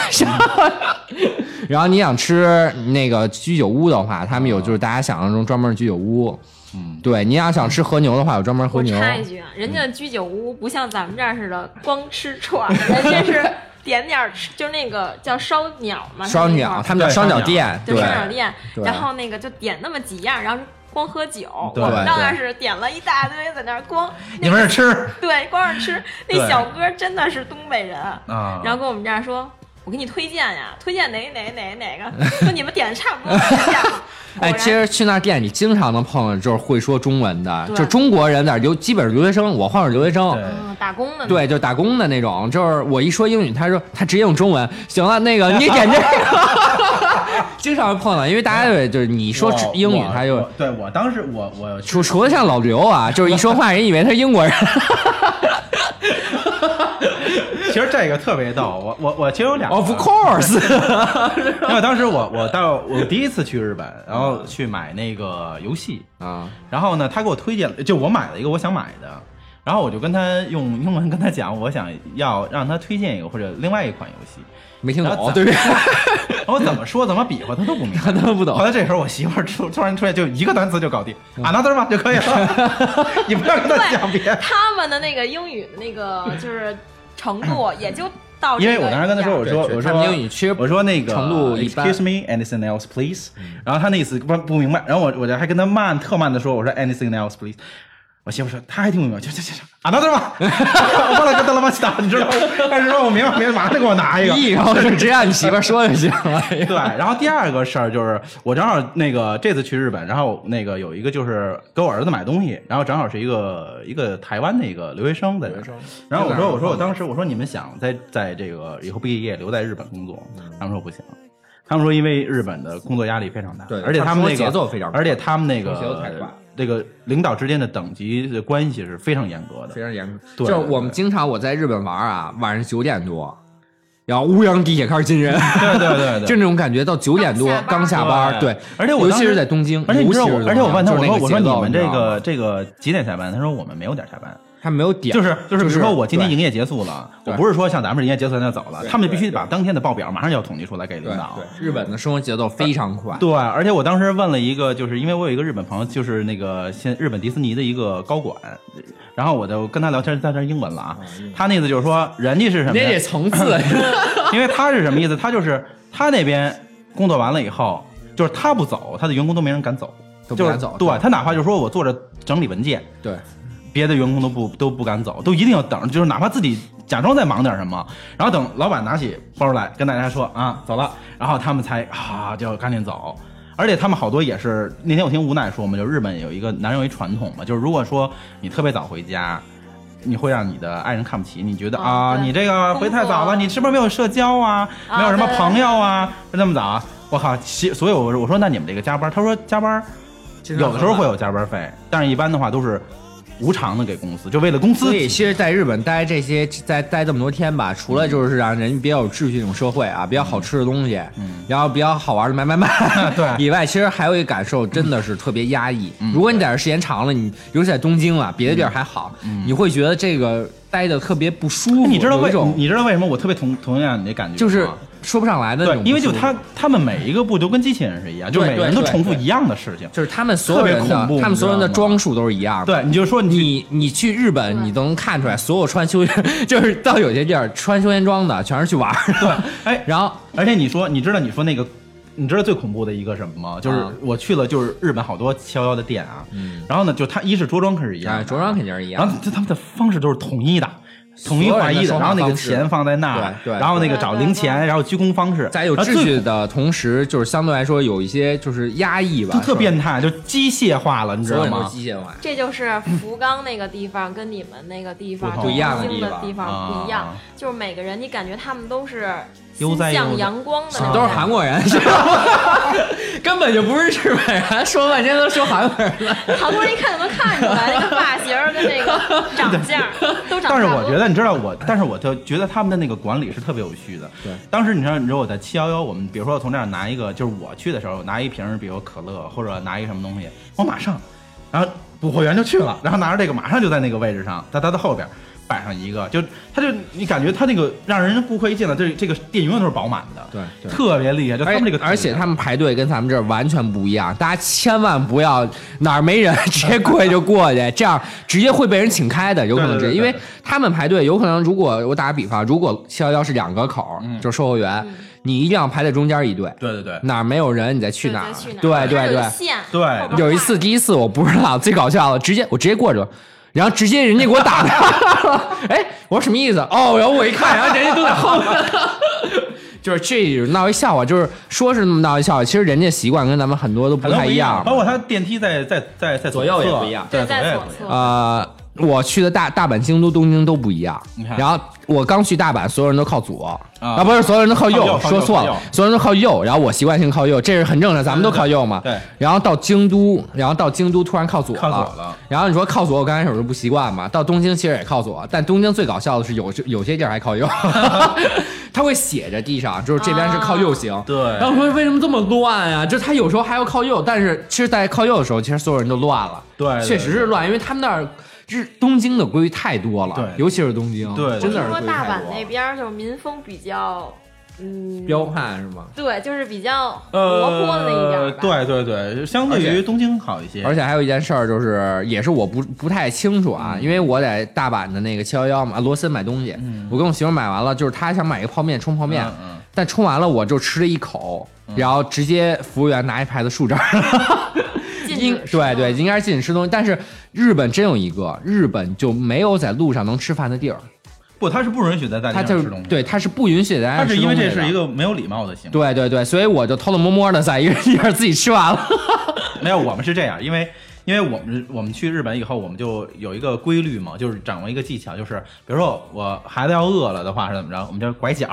S1: 然后你想吃那个居酒屋的话，他们
S2: 嗯
S1: 有就是大家想象中专门的居酒屋。嗯，对，你要想吃和牛的话，有专门和
S5: 我
S1: 牛。嗯
S5: 插一句啊，人家居酒屋不像咱们这儿似的光吃串儿，人 家是点点儿吃，就是那个叫烧鸟嘛，
S1: 烧鸟，他们叫
S2: 对
S1: 烧
S2: 烧
S1: 鸟
S2: 鸟
S1: 店，
S5: 就
S1: 对
S5: 烧鸟店，
S1: 对
S5: 然后那个就点那么几样，然后光喝酒。我
S2: 对
S5: 们到那儿
S1: 对
S5: 是点了一大堆，在那儿光
S2: 你们是吃
S5: 对光 是吃。那
S2: 对
S5: 小哥真的是东北人，
S2: 啊，
S1: 嗯
S5: 然后跟我们这儿说。我给你推荐呀，推荐哪哪哪哪 个？说你们点的差不多，推荐吧
S1: 哎，
S5: 果然
S1: 其实去那店里经常能碰到就是会说中文的，
S5: 对
S1: 就中国人在留，基本是留学生，我换是留学生。
S2: 对
S5: 嗯，打工 的呢
S1: 对，就打工的那种，就是我一说英语，他说他直接用中文。行了，那个你点这个，经常碰到，因为大家对就是你说
S2: 我
S1: 英语
S2: 我，
S1: 他就
S2: 我对我当时我我去
S1: 除除了像老刘啊，就是一说话人以为他是英国人。
S2: 其实这个特别逗，我我我其实有两个
S1: of course，
S2: 因为当时我我到我第一次去日本，然后去买那个游戏，
S1: 啊，
S2: 然后呢，他给我推荐了，就我买了一个我想买的，然后我就跟他用英文跟他讲，我想要让他推荐一个或者另外一款游戏，
S1: 没听
S2: 然后
S1: 懂，
S2: 咱
S1: 对不对？
S2: 然后我怎么说怎么比划他都不明白，
S1: 他 都不懂
S2: 后。来这时候我媳妇儿突突然出现，就一个单词就搞定，啊，拿字儿吧就可以了，你不要跟他讲别的。
S5: 他们的那个英语的那个就是程度也就到这
S2: 因
S5: 个
S2: 为我
S5: 样。
S2: 当时跟他说，我说
S1: 对
S2: 我
S1: 他
S2: 说
S1: 们英语其实
S2: 我说那个
S1: 程度一般
S2: Excuse me, anything else, please？然后他那意思不不明白，然后我我就还跟他慢特慢的说，我说 anything else, please？我媳妇说她还听不明白，就就就就啊，拿这儿吧，我忘了跟德拉玛西达，你知道吗？但是说我明白明白，马上就给哎我拿一个。
S1: 一然后就直接让你媳妇儿说就行了。
S2: 对，然后第二个事儿就是，我正好那个这次去日本，然后那个有一个就是给我儿子买东西，然后正好是一个一个台湾的一个留学生在这儿，然后我说我说我当时我说你们想在在这个以后毕业留在日本工作
S1: 嗯
S2: 吗，他们说不行。他们说，因为日本的工作压力非常大，
S1: 对
S2: 而且他们那
S1: 他们
S2: 个
S1: 说节奏非常快
S2: 而且他们那
S1: 节奏太快
S2: 个这个领导之间的等级的关系是非常严格的
S1: 非，常严格。
S2: 对
S1: 就是我们经常我在日本玩啊，晚上九点多，然后乌泱地铁开始进人，
S2: 对对对对，
S1: 就那种感觉，到九点多刚
S5: 刚
S1: 下
S5: 下
S1: 班，对，
S2: 而且我
S1: 尤
S2: 当
S1: 其是
S2: 时
S1: 在东京，
S2: 而且你知道
S1: 尤
S2: 我
S1: 其，是
S2: 而且我问他，
S1: 就
S2: 我
S1: 是
S2: 说
S1: 那
S2: 我说
S1: 节奏
S2: 你们
S1: 知
S2: 这
S1: 道吗
S2: 个这个几点下班？他说我们没有点下班，
S1: 他没有点，
S2: 就是就是，
S1: 就
S2: 比
S1: 是
S2: 如说我今天
S1: 对
S2: 营业结束了，我
S1: 对
S2: 不是说像咱们营业结束咱就走了，
S1: 对
S2: 他们必须
S1: 对对
S2: 把当天的报表马上就要统计出来给
S1: 对
S2: 领导。
S1: 对，日本的生活节奏非常快，
S2: 对，而且我当时问了一个，就是因为我有一个日本朋友，就是那个现日本迪士尼的一个高管，然后我就跟他聊天，他是英文了啊，他那意思就是说，人家是什么
S1: 你
S2: 呀？
S1: 得层 次，啊
S2: 因为他是什么意思？他就是他那边工作完了以后，就是他不走，他的员工都没人敢走，
S1: 都不
S2: 就是
S1: 敢走
S2: 对他哪怕就是说我坐着整理文件，
S1: 对，
S2: 别的员工都不都不敢走，都一定要等，就是哪怕自己假装在忙点什么，然后等老板拿起包来跟大家说啊走了，然后他们才啊就赶紧走。而且他们好多也是，那天我听吴奈说嘛，就日本有一个男人有一传统嘛，就是如果说你特别早回家，你会让你的爱人看不起，你觉得、
S5: 哦
S2: 啊
S5: 对
S2: 你这个回太早
S5: 工作
S2: 了，你是不是没有社交啊，
S5: 啊
S2: 没有什么
S5: 对对
S2: 朋友啊，就那么早啊。我靠，其所以我说我说那你们这个加班，他说加班有的时候会有加班费，但是一般的话都是无偿的给公司，就为了公司
S1: 所。以其实，在日本待这些待待这么多天吧，除了就是让人比较有秩序这种社会啊，比较好吃的东西，
S2: 嗯
S1: 然后比较好玩的买买买，
S2: 对嗯
S1: 以外，其实还有一个感受，真的是特别压抑。如果你在这时间长了，你尤其在东京啊，别的地儿还好，你会觉得这个待的特别不舒服。
S2: 嗯哎你知道
S1: 有
S2: 为
S1: 一种
S2: 你知道为什么我特别同同样你这感觉吗
S1: 就是说不上来的那种，不舒
S2: 嗯对
S1: 服，
S2: 因为就他他们每一个步都跟机器人是一样，就
S1: 对
S2: 每个人都
S1: 对
S2: 重复
S1: 对
S2: 一样的事情。
S1: 就是他们所有人
S2: 特别
S1: 的
S2: 恐怖
S1: 他们所有人的
S2: 你知道吗
S1: 装束都是一样的。
S2: 对，你就说你
S1: 你你去日本，你都能看出来，所有穿休 就是到有些地儿穿休闲装的，全是去玩儿的。
S2: 对，哎，
S1: 然后
S2: 而且你说你知道你说那个你知道最恐怖的一个什么吗？就是
S1: 啊
S2: 我去了，就是日本好多逍遥的店啊，
S1: 嗯，
S2: 然后呢，就他一是着装是一样
S1: 哎，
S2: 的，啊
S1: 着装肯定是一
S2: 然
S1: 样
S2: 后
S1: 的，
S2: 他他们的方式都是统一的，统一
S1: 所有人的
S2: 划一
S1: 收
S2: 的，
S1: 纳
S2: 然后那个
S1: 方式
S2: 钱放在那儿，
S1: 对对
S2: 然后那个找零钱，然后鞠躬方式，
S1: 在有
S2: 然后
S1: 秩
S2: 啊最
S1: 序的同时，就是相对来说有一些就是压抑吧，
S2: 就特
S1: 是吧
S2: 变态，就机械化了，你知
S1: 所有
S2: 道
S1: 人都是
S2: 吗？
S1: 机械化。
S5: 这就是福冈那个地方跟你们那个地方
S2: 不同
S5: 东
S1: 不一样的
S5: 京
S1: 地
S5: 的
S1: 方
S5: 地
S2: 啊
S5: 方不一样，就是每个人你感觉他们都是
S2: 悠
S5: 心
S2: 哉悠哉
S5: 向阳光的那种，
S1: 都是韩国人，是吧 根本就不是日本人，说半天都说韩国人了。
S5: 韩国人一看就能看出来，那个发型儿跟那个长相儿都长。
S2: 但是我觉，得，你知道我，但是我就觉得他们的那个管理是特别有序的。
S1: 对，
S2: 当时你知道，你知道我在七幺幺，我们比如说我从这儿拿一个，就是我去的时候拿一瓶，比如可乐或者拿一什么东西，我马上，然后补货员就去了，然后拿着这个马上就在那个位置上，在他的后边摆上一个，就他就你感觉他那个让人顾客一进来，这这个店永远都是饱满的，
S1: 对对
S2: 特别厉害。就他
S1: 而
S2: 们这个啊组织，
S1: 而且他们排队跟咱们这儿完全不一样，大家千万不要哪儿没人 直接过去就过去，这样直接会被人请开的，有可能
S2: 对
S1: 直
S2: 对
S1: 接，
S2: 对
S1: 因为
S2: 对
S1: 他们排队有可能，如果我打个比方，如果七幺幺是两个口儿，
S2: 嗯
S1: 就是售货员，
S5: 嗯
S1: 你一定要排在中间一队，
S2: 对对对。
S1: 哪儿没有人你再去
S5: 对
S1: 哪儿啊
S5: 再去哪，
S1: 对对
S5: 它有
S1: 对
S5: 一。线
S2: 对
S5: 后边
S1: 有一次，第一次我不知道，最搞笑了，直接我直接过去了，然后直接人家给我 打开了，哎，我说什么意思？哦，然后我一看，然后人家都在后 面，就是这闹一笑话，就是说是那么闹一笑话，其实人家习惯跟咱们很多都不
S2: 很多
S1: 太
S2: 不一
S1: 样。
S2: 包括他电梯在在在在
S1: 左右也
S2: 侧
S1: 不一样
S2: 对
S5: 对
S2: 右
S5: 在
S2: 也
S5: 左
S2: 不一样。
S5: 侧，
S1: 呃，我去的大大阪、京都、东京都不一样
S2: 你。看
S1: 然后我刚去大阪，所有人都靠左
S2: 啊
S1: 不是所有人都靠
S2: 靠右靠右
S1: 说错
S2: 靠
S1: 了
S2: 右，
S1: 所有人都靠右。然后我习惯性靠右，这是很正常，咱们都靠右嘛。
S2: 对对对
S1: 然后到京都，然后到京都突然靠左
S2: 靠左了。
S1: 然后你说靠左，我刚开始我就不习惯嘛。到东京其实也靠左，但东京最搞笑的是有有些地儿还 靠右，他会写着地上，就是这边是靠右行。
S2: 对
S1: 然后我说为什么这么乱呀、就他有时候还要靠右，但是其实，在靠右的时候，其实所有人都乱了。
S2: 对对
S1: 确实是乱，因为他们那儿日东京的规矩太多了，
S2: 对
S1: 尤其是东京，
S2: 对对
S1: 真
S5: 听
S1: 的是
S5: 说
S1: 规矩
S5: 大
S1: 太
S5: 阪
S1: 多
S5: 那
S1: 了。
S5: 边儿就是民风比较，嗯，
S1: 彪悍是吗？
S5: 对，就是比较活泼的那一点
S2: 呃
S5: 儿，吧。
S2: 对对对，相对
S1: 而且
S2: 于东京好一些。
S1: 而且还有一件事儿，就是也是我不不太清楚
S2: 嗯
S1: 啊，因为我在大阪的那个七幺幺嘛，啊罗森买东西，我跟我媳妇儿买完了，就是她想买一个泡面冲泡面，
S2: 嗯
S1: 但冲完了我就吃了一口，然后直接服务员拿一牌子竖这儿了。
S5: 禁止
S1: 应
S5: 吃
S1: 对对，
S5: 饭
S1: 应该是禁止吃东西，但是日本真有一个，日本就没有在路上能吃饭的地儿，
S2: 不，他是不允许在大街
S1: 他
S2: 上
S1: 就
S2: 吃东西，，
S1: 对，他是不允许大家
S2: 他是
S1: 吃
S2: 因为
S1: 东
S2: 这
S1: 西的
S2: 是一个没有礼貌的行为。
S1: 对对对，所以我就偷偷摸摸的在一个地儿自己吃完 了。
S2: 没有，我们是这样，因为因为我们我们去日本以后，我们就有一个规律嘛，就是掌握一个技巧，就是比如说我孩子要饿了的话是怎么着，我们就拐角。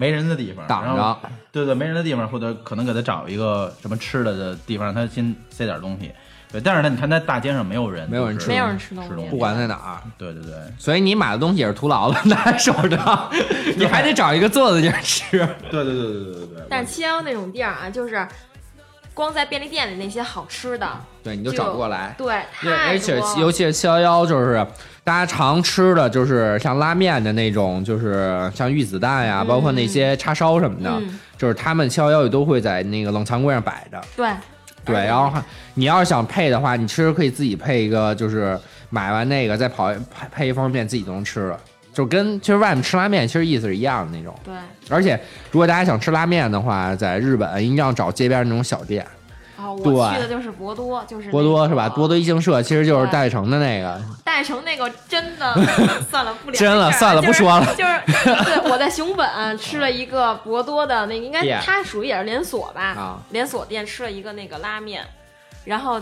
S2: 没人的地方，
S1: 挡着
S2: 然后对对，没人的地方，或者可能给他找一个什么吃的的地方，让他先塞点东西。对，但是呢，你看在大街上没有人，
S1: 没有人吃
S5: 没有人吃东西
S2: 吃东西
S1: 不管在哪儿，
S2: 对对对，
S1: 所以你买的东西也是徒劳的，拿在手 上，你还得找一个坐的地儿吃。
S2: 对对对对对对对。
S5: 但是七幺那种地儿啊，就是光在便利店里那些好吃的，
S1: 对，你就找不过来。
S5: 对，
S1: 因为
S5: 太
S1: 而且
S5: 多了
S1: 尤其是七幺幺，就是大家常吃的就是像拉面的那种，就是像玉子蛋呀，
S5: 嗯
S1: 包括那些叉烧什么的，
S5: 嗯
S1: 就是他们七幺幺也都会在那个冷藏柜上摆着。
S5: 对
S1: 对，然后还你要是想配的话，你其实可以自己配一个，就是买完那个再跑配配一方便面自己就能吃了，就跟其实外面吃拉面其实意思是一样的那种。
S5: 对，
S1: 而且如果大家想吃拉面的话，在日本一定要找街边那种小店，
S5: 啊，我
S1: 对
S5: 去的就是博多，就是呃
S1: 波多是吧？波多一庆社其实就是大悦城的那个，
S5: 代成那个真 的算了不聊这事儿
S1: 真
S5: 啊，
S1: 了算了
S5: 就是
S1: 不说了
S5: 就是 对，我在熊本吃了一个博多的那个，应该
S1: 店
S5: 它属于也是连锁吧，
S1: 啊
S5: 连锁店吃了一个那个拉面，然后。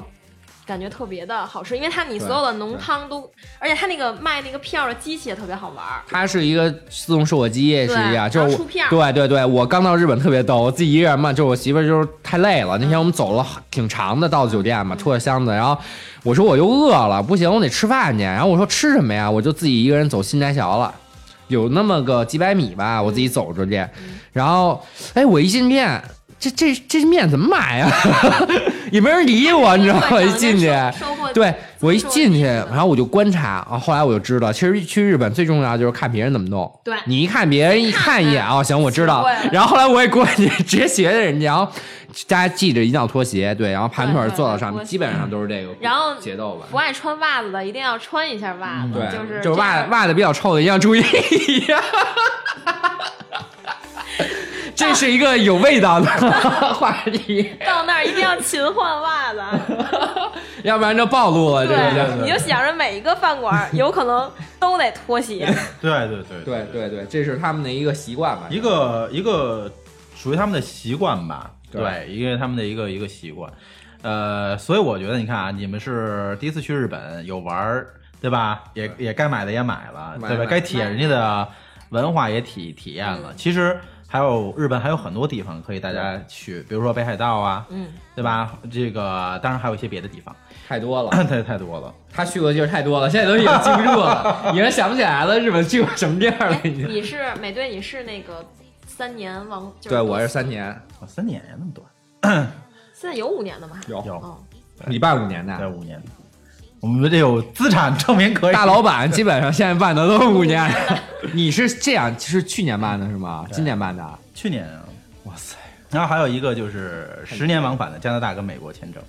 S5: 感觉特别的好吃，因为它你所有的浓汤都，而且它那个卖那个票的机器也特别好玩儿。
S1: 它是一个自动售货机，是一样，
S5: 对
S1: 啊就是
S5: 然后出片儿
S1: 我对对对，我刚到日本特别逗，我自己一个人嘛，就是我媳妇儿就是太累了，那天我们走了挺长的，到酒店
S5: 嗯
S1: 嘛，拖着箱子，然后我说我又饿了，不行，我得吃饭去，然后我说吃什么呀？我就自己一个人走新斋桥了。有那么个几百米
S5: 嗯
S1: 吧，我自己走出去，然后，哎，我一进店，这这这面怎么买呀？ 也没人理哎我，你知道 吗？一进去，
S5: 收获
S1: 对我一
S5: 收获
S1: 进去，
S5: 意思
S1: 然后我就观察啊，后来我就知道，其实去日本最重要就是看别人怎么弄。
S5: 对
S1: 你一看别人一看一眼啊、哦，行，我知道
S5: 习惯了。
S1: 然后后来我也过去 直接学着人家，然后大家记着一定要脱鞋，对，然后盘腿
S5: 对对
S1: 坐到
S5: 对
S1: 上面，
S5: 脱鞋
S1: 基本上都是这个
S5: 然后
S1: 节奏吧。
S5: 不爱穿袜子的一定要穿一下袜
S1: 嗯
S5: 子，
S1: 对，
S5: 就是
S1: 就是
S5: 这样
S1: 袜袜子比较臭的一定要注意。这是一个有味道的 话题，
S5: 到那儿一定要勤换袜子。
S1: 要不然就暴露啊了这个
S5: 对，
S1: 就
S5: 你就想着每一个饭 馆儿有可能都得脱鞋，
S2: 对对对
S1: 对对对，这是他们的一个习惯吧。
S2: 一个一个属于他们的习惯吧，
S1: 对
S2: 对，一个他们的一个一个习惯，呃，所以我觉得你看啊，你们是第一次去日本，有玩儿对吧？也也该买的也买了，
S1: 买
S2: 对吧？
S1: 买嗯
S2: 该体验人家的文化也体体验了。其实还有日本还有很多地方可以大家去，比如说北海道啊，
S3: 嗯，
S2: 对吧？这个当然还有一些别的地方，
S1: 太多了，
S2: 太太多了。
S1: 他去过的地儿太多了，现在都已经记不住 了，已经想不起来了，日本去过什么地儿了已
S5: 哎
S1: 经。
S3: 你是美队，你是那个三年王，就
S1: 对，我是三年，
S2: 哦三年呀，那么短，
S3: 现在有五年的吗？
S1: 有
S2: 有
S5: 哦
S3: 嗯，
S1: 你办五年
S2: 在
S1: 的，
S2: 五年。我们这有资产证明可 以。
S1: 大老板基本上现在办的都是五年。 你是这样，是去年办的是吗？今年办的？
S2: 去年啊，哇塞！然后还有一个就是十年往返的加拿大跟美国签 证，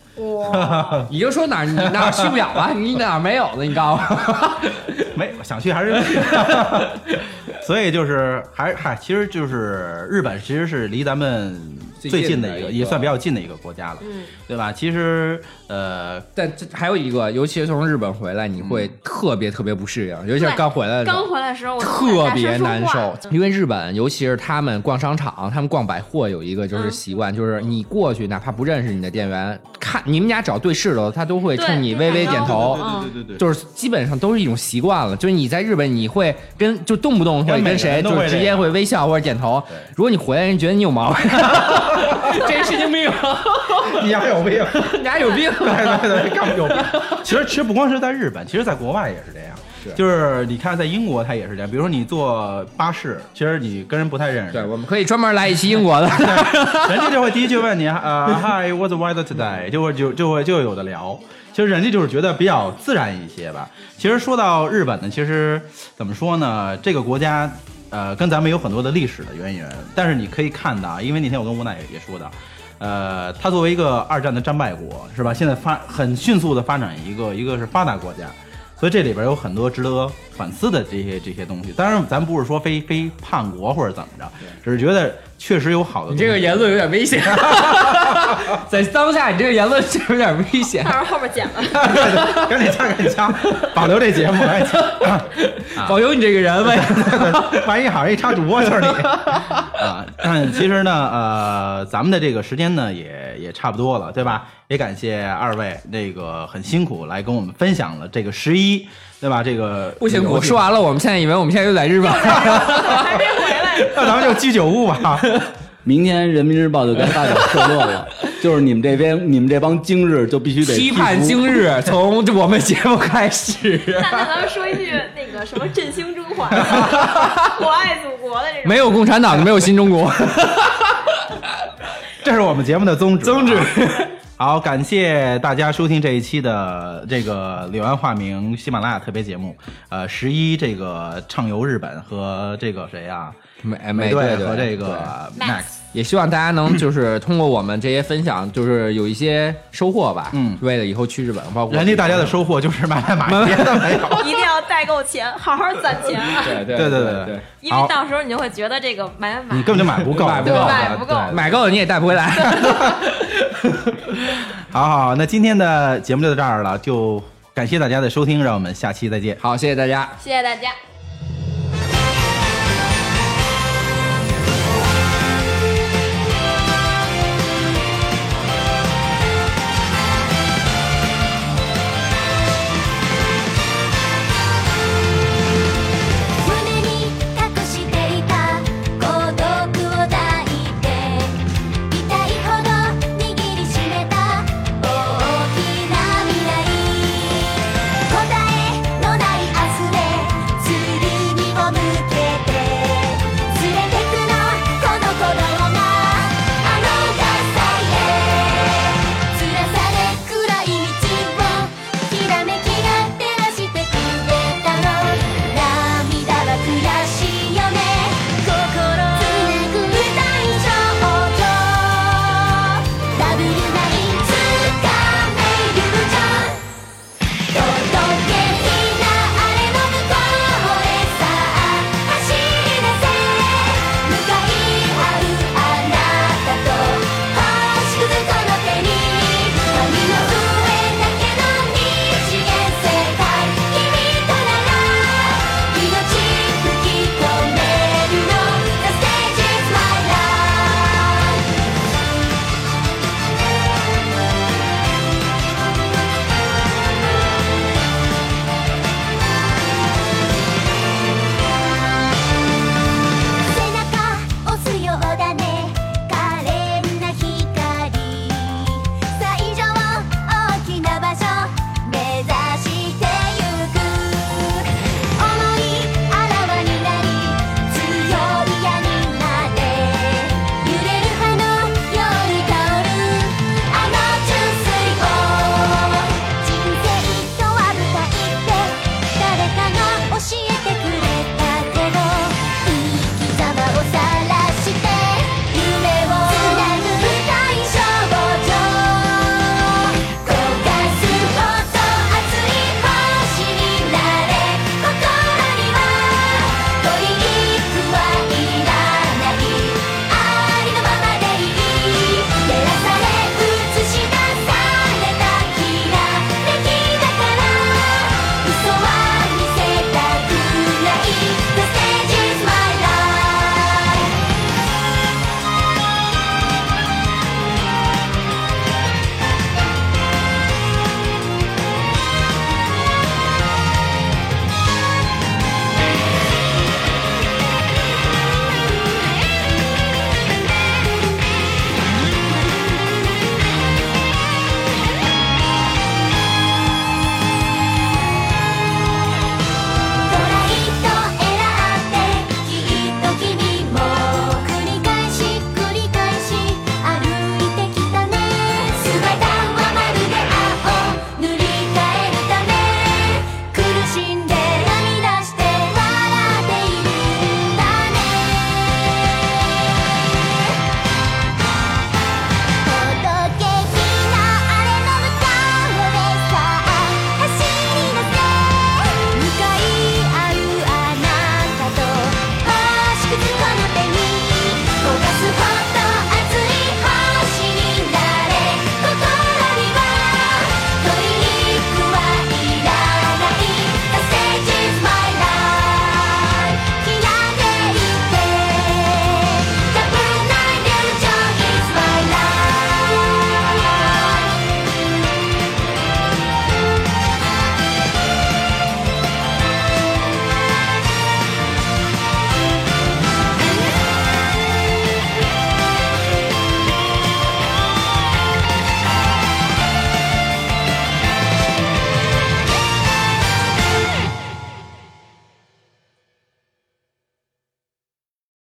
S1: 你就说哪儿 你哪儿去不了啊？你哪儿没有呢？你告诉 我。
S2: 没想去还是 去，所以就是还嗨，其实就是日本其实是离咱们最近的
S1: 最
S2: 一个，
S1: 近的一个
S2: 也算比较近的一个国家了，
S3: 嗯，
S2: 对吧？其实呃，
S1: 但这还有一个，尤其是从日本回来，你会特别特别不适应，尤其是
S3: 对
S1: 刚回来的时候
S3: 刚。回来的时候我
S1: 特别难受，
S3: 嗯
S1: 因为日本，尤其是他们逛商场、他们逛百货，有一个就是
S3: 嗯
S1: 习惯，就是你过去，哪怕不认识你的店员，看你们俩找对视了，他都会
S3: 对
S1: 冲你
S3: 就
S1: 微微
S3: 看
S1: 点
S3: 着
S1: 头，
S3: 嗯
S2: 对 对，
S1: 就是基本上都是一种习惯了。就是你在日本，你会跟就动不动
S2: 跟
S1: 会
S2: 每
S1: 跟
S2: 个
S1: 谁
S2: 人都
S1: 就
S2: 会
S1: 直
S2: 这
S1: 接
S2: 样
S1: 会微笑或者点头
S2: 对。
S1: 如果你回来，人觉得你有毛病， 这神经病，啊
S2: 你还有病，
S1: 你俩有病。啊
S2: 对对对，干不有病。 其实其实不光是在日本，其实在国外也是这样，就是你看在英国它也是这样，比如说你坐巴士，其实你跟人不太认识
S1: 对，，我们可以专门来一期英国的。
S2: 人家就会第一句问你，呃，Hi, what's the weather today？就会就就会就有的聊。其实人家就是觉得比较自然一些吧。其实说到日本呢，其实怎么说呢？这个国家，呃，跟咱们有很多的历史的渊源。但是你可以看到，因为那天我跟吴娜也也说到，呃，它作为一个二战的战败国，是吧？现在发很迅速的发展一个一个是发达国家，所以这里边有很多值得反思的这些这些东西。当然，咱不是说非非叛国或者怎么着，只是觉得确实有好的。
S1: 你这个言论有点危险， 在当下你这个言论是有点危险。
S5: 到时候后边剪了。
S2: 赶紧掐，赶紧掐，保留这节目，赶紧掐，
S1: 保佑你这个人呗。
S2: 万一好像一插主播就是你啊。但其实呢，呃，咱们的这个时间呢也也差不多了，对吧？也感谢二位那个很辛苦来跟我们分享了这个十一，对吧？这 个
S1: 不辛苦，
S2: 游戏
S1: 说完了，我们现在以为我们现在又在 日本，
S5: 还没回来，
S2: 那咱们就居酒屋 吧。
S6: 明天人民日报就该发表社论了，就是你们这边你们这帮今日就必须得
S1: 批
S6: 剔除
S1: 判今日，从我们节目开始。
S5: 那那咱们说一句那个什么振兴中华，我爱祖国的这种。
S1: 没有共产党就没有新中 国。
S2: 这是我们节目的宗旨。宗旨。好，感谢大家收听这一期的这个柳暗花明喜马拉雅特别节目，呃，十一这个畅游日本和这个谁啊，
S1: 美
S2: 美
S1: 美队
S2: 和
S1: 对
S2: 这个 Max，
S1: 也希望大家能 就是通过我们这些分享，就是有一些收获吧。
S2: 嗯
S1: 为了以后去日本，包括
S2: 人家大家的收获就是买买买，别的没有。
S5: 一定要代购钱，好好攒钱啊！
S1: 对 对
S2: 对对
S1: 对
S2: 对，
S5: 因
S2: 好
S5: 为，到时候你就会觉得这个买买
S2: 你
S5: 买，
S2: 根本就买不够，
S1: 买不够啊
S2: 对吧
S5: 买不够
S2: 对
S1: 买够了你也带不回来。
S2: 好好，那今天的节目就到这儿了，就感谢大家的收听，让我们下期再见。
S1: 好，谢谢大家。
S5: 谢谢大家。